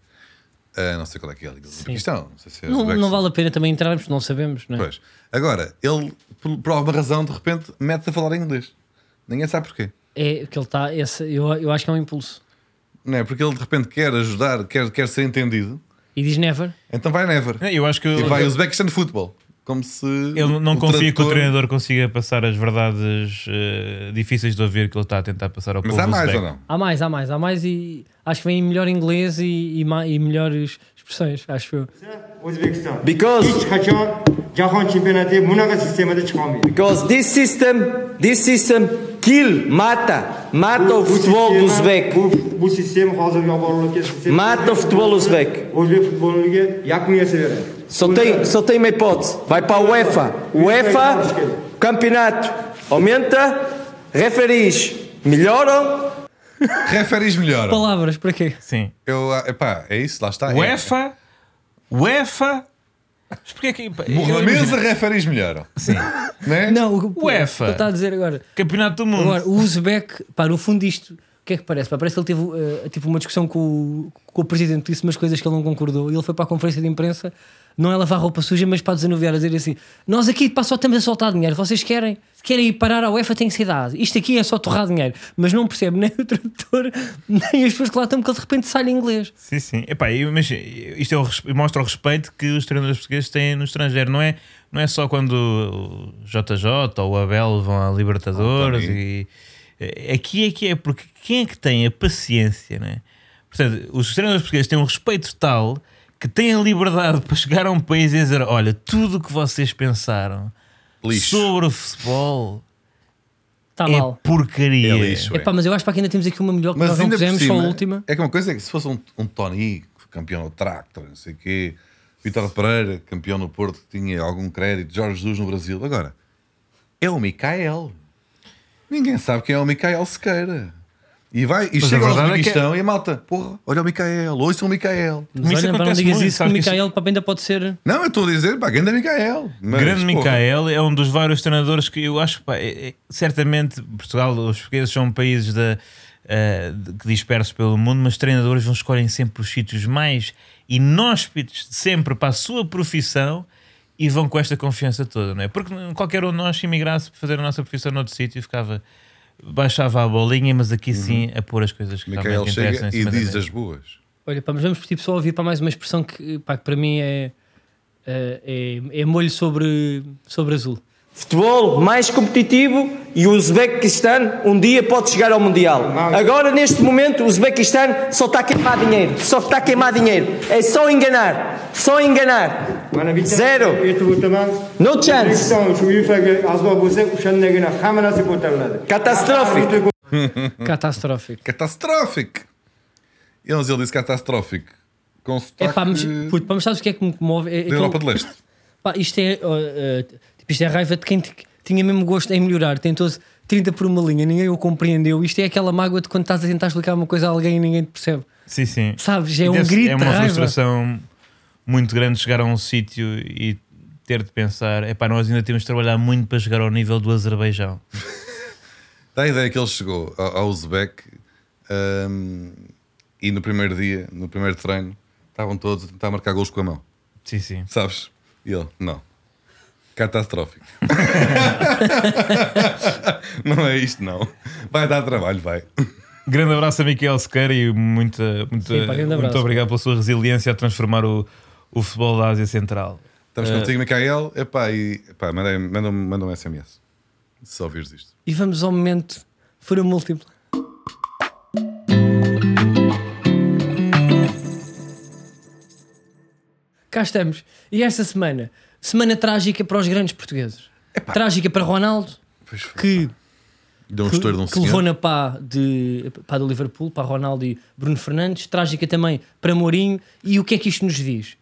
A: Ah, não sei qual é que é a língua do Uzbequistão. Não, sei se é
C: Não,
A: uzbek,
C: não
A: se-
C: vale a pena também entrarmos, não sabemos, não é?
A: Pois. Agora, ele, por, por alguma razão, de repente, mete-se a falar inglês. Ninguém sabe porquê.
C: É que ele está. esse- Eu, eu acho que é um impulso.
A: Não é? Porque ele, de repente, quer ajudar, quer, quer ser entendido.
C: E diz never.
A: Então vai never.
B: É, Eu acho que
A: E
B: eu-
A: vai Uzbekistan Football. Como se.
B: Ele não
A: o
B: confia que o
A: tradutor-
B: treinador consiga passar as verdades eh, difíceis de ouvir que ele está a tentar passar ao
A: Mas
B: povo
A: há mais
B: uzbek.
A: ou não?
C: Há mais, há mais, há mais e acho que vem melhor inglês e, e, ma- e melhores expressões, acho eu.
D: o'zbekiston
E: Because-
D: hech qachon jahon chempionatiga bunaqa sistemada chiqa olmaydi
E: Because this system, this system kill, mata, mata o futebol do Uzbek.
D: Bu, bu sistem hozir yoborilayotgan sistem.
E: Mata o futebol uzbek.
D: O'zbek futboliga yakun yasab beradi.
E: Só tem, só tem uma hipótese. Vai para a UEFA. UEFA, campeonato. Aumenta, referis. Melhoram.
A: Referes melhor.
C: Palavras, para quê?
B: Sim.
A: Eu, ah, epá, é isso, lá está. É-
B: UEFA, UEFA. Mas porquê que.
A: Burro
B: eu
A: na
B: imagino-
A: é. mesa, referes melhor.
B: Sim.
A: Né?
C: Não, o, o,
B: UEFA.
C: o que ele está a dizer agora.
B: Campeonato do Mundo.
C: Agora, o Uzbek, pá, no fundo isto, o que é que parece? Pá, parece que ele teve eh, tipo uma discussão com o, com o presidente, disse umas coisas que ele não concordou e ele foi para a conferência de imprensa, não é lavar roupa suja, mas para desanuviar, a dizer assim: Nós aqui pá, só estamos a soltar dinheiro, vocês querem? Se querem ir parar à UEFA, tem que ser dado. Isto aqui é só torrar dinheiro, mas não percebe nem o tradutor, nem as pessoas que lá estão, porque ele de repente sai em inglês.
B: Sim, sim. Epá, eu- mas isto é o res- mostra o respeito que os treinadores portugueses têm no estrangeiro. Não é, não é só quando o JJ ou o Abel vão à Libertadores. e, eh, aqui é que é, porque quem é que tem a paciência, né? Portanto, os treinadores portugueses têm um respeito tal que têm a liberdade para chegar a um país e dizer: olha, tudo o que vocês pensaram
A: Lixo.
B: sobre o futebol
C: Está
B: é
C: Tá mal.
B: porcaria.
A: É lixo.
C: Epá, mas eu acho que ainda temos aqui uma melhor que nós não
A: ainda por
C: fizemos, só
A: cima,
C: a última.
A: É que uma coisa é que se fosse um, um Tony, campeão no Tractor, não sei o quê, Vitor Pereira, campeão no Porto, que tinha algum crédito, Jorge Jesus no Brasil. Agora, é o Micael. Ninguém sabe quem é o Micael Sequeira. E vai, e
B: a
A: chega ao
B: verdade é que-
A: Uzbequistão e a malta, porra, olha o Micael, ouça o Micael.
C: Mas
B: isso
C: olha, pá, não
B: acontece
C: digas
B: muito,
C: isso que o
B: sabes que isso-
C: Micael para ainda pode ser.
A: Não, eu estou a dizer, pá, grande Micael. Mas,
B: Grande
A: porra,
B: Micael é um dos vários treinadores que eu acho, pá, é- é- certamente Portugal, os portugueses são países da, eh, de- que dispersos pelo mundo, mas treinadores vão escolhem sempre os sítios mais inóspitos sempre para a sua profissão e vão com esta confiança toda, não é? Porque qualquer um de nós se imigrasse para fazer a nossa profissão noutro sítio ficava, baixava a bolinha, mas aqui sim a pôr as coisas que
A: Uhum. Micael
B: realmente interessam
A: chega
B: em
A: e
B: cima da
A: diz
B: mesa.
A: as boas.
C: Olha, pá, mas vamos tipo, só ouvir para mais uma expressão que, pá, que para mim é, eh, é, é molho sobre, sobre azul.
E: Futebol mais competitivo e o Uzbequistão um dia pode chegar ao Mundial. Agora, neste momento, o Uzbequistão só está a queimar dinheiro. Só está a queimar dinheiro. É só enganar. Só enganar.
D: mana bitta
E: Zero.
D: aytib o'taman
E: No chance.
D: o'zbekiston shu uefaga a'zo bo'lsa o'shandagina hamma narsa ko'tariladi
E: Catastrófico.
C: Hum. Catastrófico.
A: Catastrófico! E ele disse catastrófico. Com
C: É
A: sotaque
C: pá, mas,
A: eh,
C: puto, pá, mas sabes o que é que me comove? É,
A: da
C: é aquele-
B: então,
A: Europa de Leste.
C: pá, isto, é, ó, eh, tipo, isto é a raiva de quem t- tinha mesmo gosto em melhorar. Tentou-se 30 por uma linha, ninguém o compreendeu. Isto é aquela mágoa de quando estás a tentar explicar uma coisa a alguém e ninguém te percebe.
B: Sim, sim.
C: Sabes? É
B: E
C: um
B: deve-
C: grito
B: É
C: de
B: uma
C: raiva.
B: frustração muito grande chegar a um sítio e ter de pensar: é pá, nós ainda temos de trabalhar muito para chegar ao nível do Azerbaijão.
A: Dá a ideia que ele chegou ao, ao Uzbek hum, e no primeiro dia, no primeiro treino, estavam todos a tentar marcar gols com a mão,
B: Sim, sim.
A: sabes? E ele, não. Catastrófico. [laughs] não é isto, não. Vai dar trabalho, vai.
B: Grande abraço a Miquel Sequeira e muita, muita,
C: Sim, pá, grande
B: muito
C: abraço.
B: obrigado pela sua resiliência a transformar o, o futebol da Ásia Central.
A: Estamos
C: É.
A: contigo, Micael. Epá, e, epá, manda- manda-me manda um SMS. Se ouvires isto.
C: E vamos ao momento fura múltipla. Cá estamos. E esta semana? Semana trágica para os grandes portugueses. Trágica para Ronaldo,
A: Pois foi.
C: que,
A: Deu um
C: que,
A: estouro de um
C: que
A: senhor.
C: levou na pá, de, pá do Liverpool, para Ronaldo e Bruno Fernandes. Trágica também para Mourinho. E o que é que isto nos diz?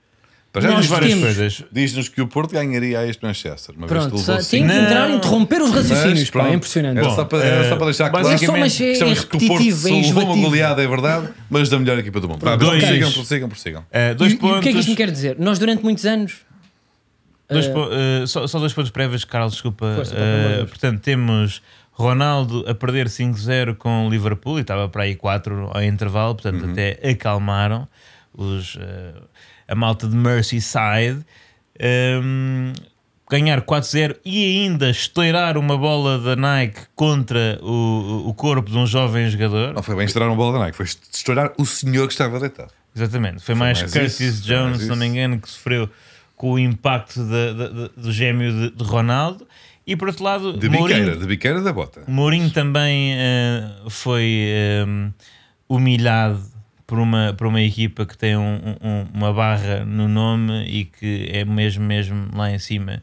A: Para já
C: Nós
B: Diz várias
C: temos-
B: coisas.
A: Diz-nos que o Porto ganharia a este Manchester. Uma
C: Pronto,
A: vez que levou
C: tem que
A: cinco.
C: entrar e interromper os raciocínios.
A: Mas,
C: Pá, é
A: pronto,
C: impressionante.
A: Era
B: Bom,
A: só para, era
B: eh,
A: só para deixar
B: mas
A: claro
B: é
A: que
B: só,
C: mas é
A: estamos que o Porto
C: repetitivo, é
A: levou uma
C: enjoativo.
A: goleada, é verdade, mas da melhor equipa do mundo. Vá,
B: Dois.
A: Prossigam, prossigam, prossigam.
B: Eh,
C: E-
B: dois
C: e
B: pontos.
C: o que é que isto me quer dizer? Nós durante muitos anos
B: Dois po- eh, só, só dois pontos prévios, Carlos, desculpa.
C: Força,
B: Eh,
C: pá, pelo amor de Deus.
B: portanto, temos Ronaldo a perder 5-0 com o Liverpool e estava para aí 4 ao intervalo, portanto, até acalmaram os, eh, a malta de Merseyside. Ehm, ganhar 4-0 e ainda estourar uma bola da Nike contra o, o corpo de um jovem jogador.
A: Não foi bem estourar uma bola da Nike, foi estourar o senhor que estava deitado.
B: Exatamente, foi, mais,
A: mais
B: Curtis
A: isso, foi mais
B: Jones, se não me
A: isso.
B: engano, que sofreu com o impacto da- da- da- do gêmeo de, de Ronaldo. E por outro lado,
A: De biqueira,
B: Mourinho,
A: de biqueira da bota.
B: Mourinho também eh, foi eh, humilhado por uma, por uma equipa que tem um- um- uma barra no nome e que é mesmo, mesmo lá em cima,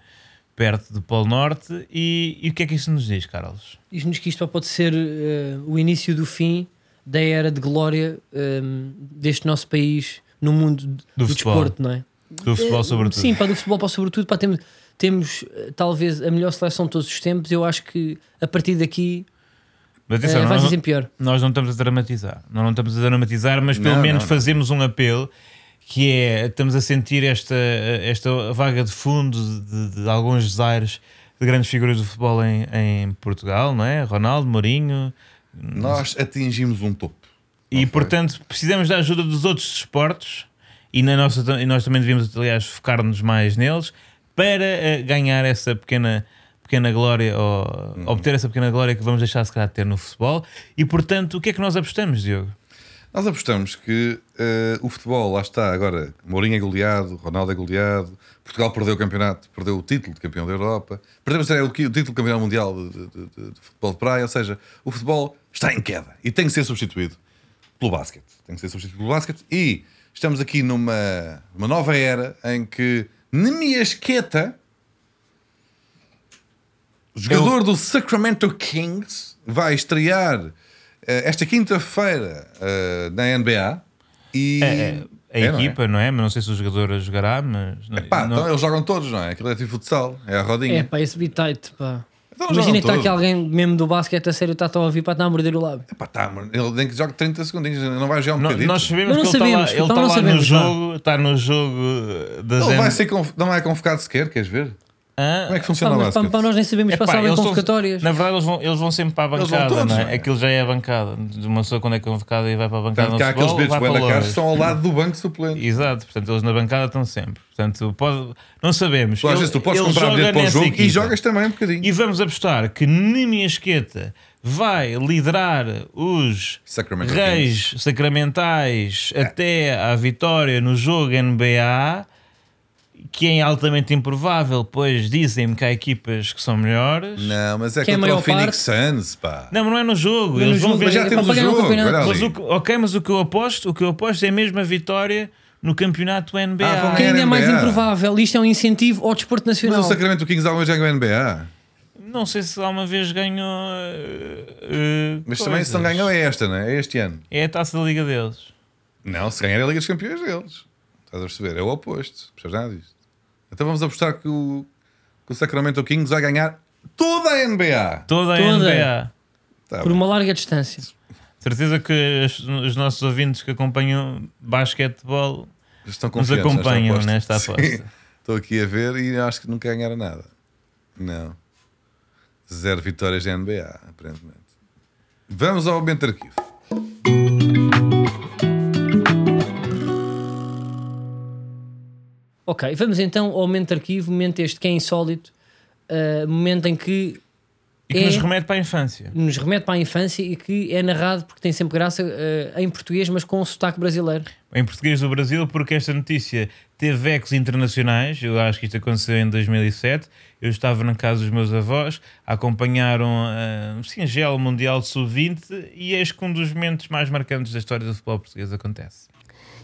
B: perto do Polo Norte. E, e o que é que isso nos diz, Carlos?
C: diz-nos que isto só pode ser eh, o início do fim da era de glória ehm, deste nosso país no mundo d-
B: Do
C: do,
B: futebol.
C: desporto, não é?
B: Do futebol, sobretudo.
C: Sim, para do futebol, para sobretudo, para temos, temos eh, talvez a melhor seleção de todos os tempos. Eu acho que a partir daqui
B: Mas
C: eh,
B: atenção,
C: vai
B: nós
C: ser
B: não-
C: sempre pior.
B: Nós não estamos a dramatizar, nós não estamos a dramatizar, mas pelo
A: Não,
B: menos
A: não, não.
B: fazemos um apelo que é estamos a sentir esta, esta vaga de fundo de, de alguns desaires de grandes figuras do futebol em, em Portugal, não é? Ronaldo, Mourinho,
A: Nós atingimos um topo.
B: e portanto precisamos da ajuda dos outros desportos e, na nossa, e nós também devíamos, aliás, focar-nos mais neles para eh, ganhar essa pequena, pequena glória ou
A: Uhum.
B: obter essa pequena glória que vamos deixar se calhar de ter no futebol. E portanto, o que é que nós apostamos, Diogo?
A: Nós apostamos que eh, o futebol, lá está agora, Mourinho é goleado, Ronaldo é goleado, Portugal perdeu o campeonato, perdeu o título de campeão da Europa, perdemos é, o, qui- o título de campeão mundial de, de- de- de futebol de praia, ou seja, o futebol está em queda e tem que ser substituído pelo basquete. Tem que ser substituído pelo basquete e Estamos aqui numa uma nova era em que Nemiasqueta, jogador do Sacramento Kings, vai estrear eh, esta quinta-feira eh, na NBA. E
B: A
A: É, não é?
B: equipa, não é? Mas não sei se o jogador jogará, mas.
A: Pá,
B: não-
A: então eles jogam todos, não é? Aquilo é tipo futsal, é a rodinha.
C: É pá, esse beat tight, pá.
A: Então jogam
C: Imagina que está
A: todos.
C: aqui alguém mesmo do basquete a sério, está a ouvir para estar a morder o lábio.
A: Pá, tá, mano, ele tem que jogar 30 segundinhos, não vai jogar um
B: No-
A: bocadinho.
B: nós sabemos
C: Mas não
B: que ele está lá,
C: sabemos,
B: ele
C: então
B: tá lá
C: não
B: no
C: sabemos, vá.
B: jogo, está no jogo das
A: Ele vai
B: N-
A: ser conv- não é convocado sequer, queres ver?
B: Hã?
A: Como é que
C: Pá,
A: funciona o
C: mas pá,
A: basquete?
C: pá, nós nem sabemos
B: Epá,
C: passar bem
B: eles são-
C: convocatórias.
B: na verdade, eles vão, eles vão sempre para a
A: Eles vão
B: bancada,
A: todos,
B: não
A: não
B: é?
A: é?
B: Aquilo já é a bancada. De uma pessoa, quando é convocada e vai para a bancada,
A: Portanto, Tá, que há
B: não se
A: aqueles bilhetes
B: bola, vai
A: bué
B: para
A: da caros que
B: Loures.
A: estão ao lado do banco suplente.
B: Exato, portanto, eles na bancada estão sempre. Portanto, pode, não sabemos.
A: Tu, às
B: Ele-
A: vezes tu podes
B: ele
A: comprar um
B: joga
A: bilhete para o
B: nessa
A: jogo e
B: equipa.
A: jogas também um bocadinho.
B: E vamos apostar que Nemiasqueta vai liderar os
A: Sacramento
B: reis sacramentais até à vitória no jogo NBA, que é altamente improvável, pois dizem-me que há equipas que são melhores.
A: Não, mas é
C: Quem é
A: contra
C: maior
A: o Phoenix Suns, pá.
B: Não, mas não é no jogo.
C: é no
B: Eles vão
C: jogo,
B: ver.
A: mas já
C: é
A: temos
C: para
A: o
C: ganhar o
A: jogo,
C: campeonato.
A: olha
B: Mas
A: ali.
B: o que- ok, mas o que eu aposto, o que eu aposto é mesmo a vitória no campeonato NBA.
A: Ah, vão
C: Que
A: ganhar.
C: ainda é mais
A: NBA.
C: improvável. Isto é um incentivo ao desporto
A: Mas
C: nacional.
A: o Sacramento Kings alguma vez ganhou a NBA.
B: Não sei se alguma vez ganhou. eh, eh,
A: Mas também se não
B: coisas.
A: ganham é esta, não é? É este ano.
B: É a taça da Liga deles.
A: Não, se ganhar é a Liga dos Campeões deles. Estás a perceber? É o oposto. Não Percebes nada disto? Então vamos apostar que o, que o Sacramento Kings vai ganhar toda a NBA.
B: Toda a
C: Toda.
B: NBA.
A: Tá
C: Por
A: bom.
C: uma larga distância.
B: Certeza que os, os nossos ouvintes que acompanham basquetebol
A: Estão
B: nos
A: confiantes nesta
B: acompanham
A: aposta.
B: nesta aposta.
A: Sim. Estou aqui a ver e acho que nunca ganharam nada. Não. Zero vitórias da NBA, aparentemente. Vamos ao momento de arquivo.
C: Ok, vamos então ao momento de arquivo, momento este que é insólito, uh, momento em que
B: e que nos
C: É.
B: remete para a infância.
C: nos remete para a infância e que é narrado, porque tem sempre graça, uh, em português, mas com um sotaque brasileiro.
B: Em português do Brasil, porque esta notícia teve ecos internacionais. Eu acho que isto aconteceu em 2007. Eu estava na casa dos meus avós, acompanharam ah, um singelo Mundial de Sub-20 e eis que um dos momentos mais marcantes da história do futebol português acontece.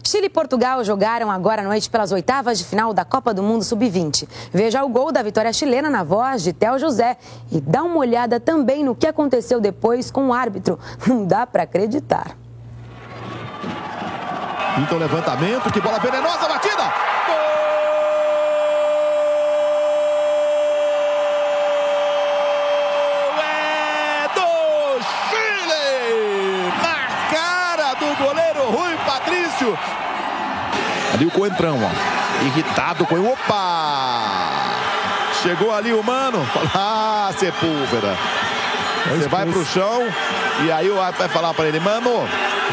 F: Chile e Portugal jogaram agora à noite pelas oitavas de final da Copa do Mundo Sub-20. Veja o gol da vitória chilena na voz de Theo José e dá uma olhada também no que aconteceu depois com o árbitro. [laughs] Não dá pra acreditar.
G: Então levantamento, que bola venenosa, batida! Gol é do Chile! Na cara do goleiro Rui Patrício. Ali o Coentrão, ó. Irritado com o... Opa! Chegou ali o Mano. Fala, Ah, Sepúlveda. Você vai pro chão e aí o árbitro vai falar pra ele, Mano,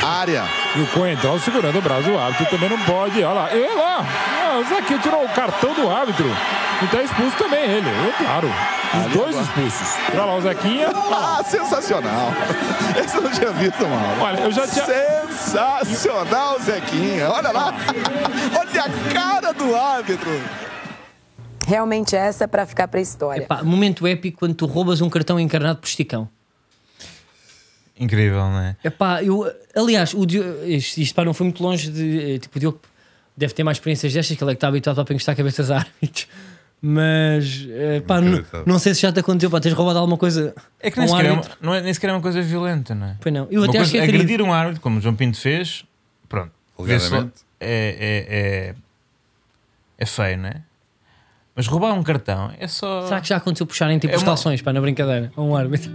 G: área.
H: E o Coentrão segurando o braço do árbitro também não pode. Olha lá, e lá! Ah, O Zaquinho tirou o cartão do árbitro. Então é expulso também ele, é claro. Os dois expulsos. Olha lá o Zequinha.
G: Ah,
H: [laughs]
G: sensacional. Esse eu não tinha visto, Mauro.
H: Olha, eu já tinha-
G: Sensacional, Zequinha. Olha
H: [laughs]
G: lá. Olha a cara do árbitro.
F: Realmente essa é pra ficar pra história.
C: Epá, momento épico quando tu roubas um cartão encarnado por esticão.
B: Incrível, não é?
C: Epá, eu, aliás, o Dio- isto, isto pá, não foi muito longe de. eh, Tipo, o Diogo deve ter mais experiências destas, que ele é que está habituado a encostar cabeças a árbitros. Mas, eh, pá, não,
A: Inacreditável.
C: não sei se já te aconteceu, pá, tens roubado alguma coisa.
B: É que
C: a
B: nem
C: um
B: sequer é, uma,
C: árbitro.
B: não é- nem sequer é uma coisa violenta, não é?
C: Pois não. Eu
B: Uma
C: até acho
B: coisa-
C: que é querido.
B: agredir um árbitro, como o João Pinto fez, pronto. vê-se lá-
A: Alegadamente.
B: É, é, é, é feio, não é? Mas roubar um cartão é só.
C: Será que já aconteceu puxarem tipo
B: É
C: os
B: uma-
C: calções, pá, na brincadeira, a um árbitro?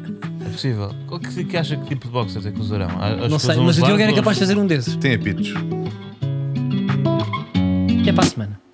B: É possível. Qual que, que acha que tipo de boxers é que usarão?
C: Não sei, mas o Diogo era capaz de fazer um desses,
A: Tem apitos.
C: que é para a semana.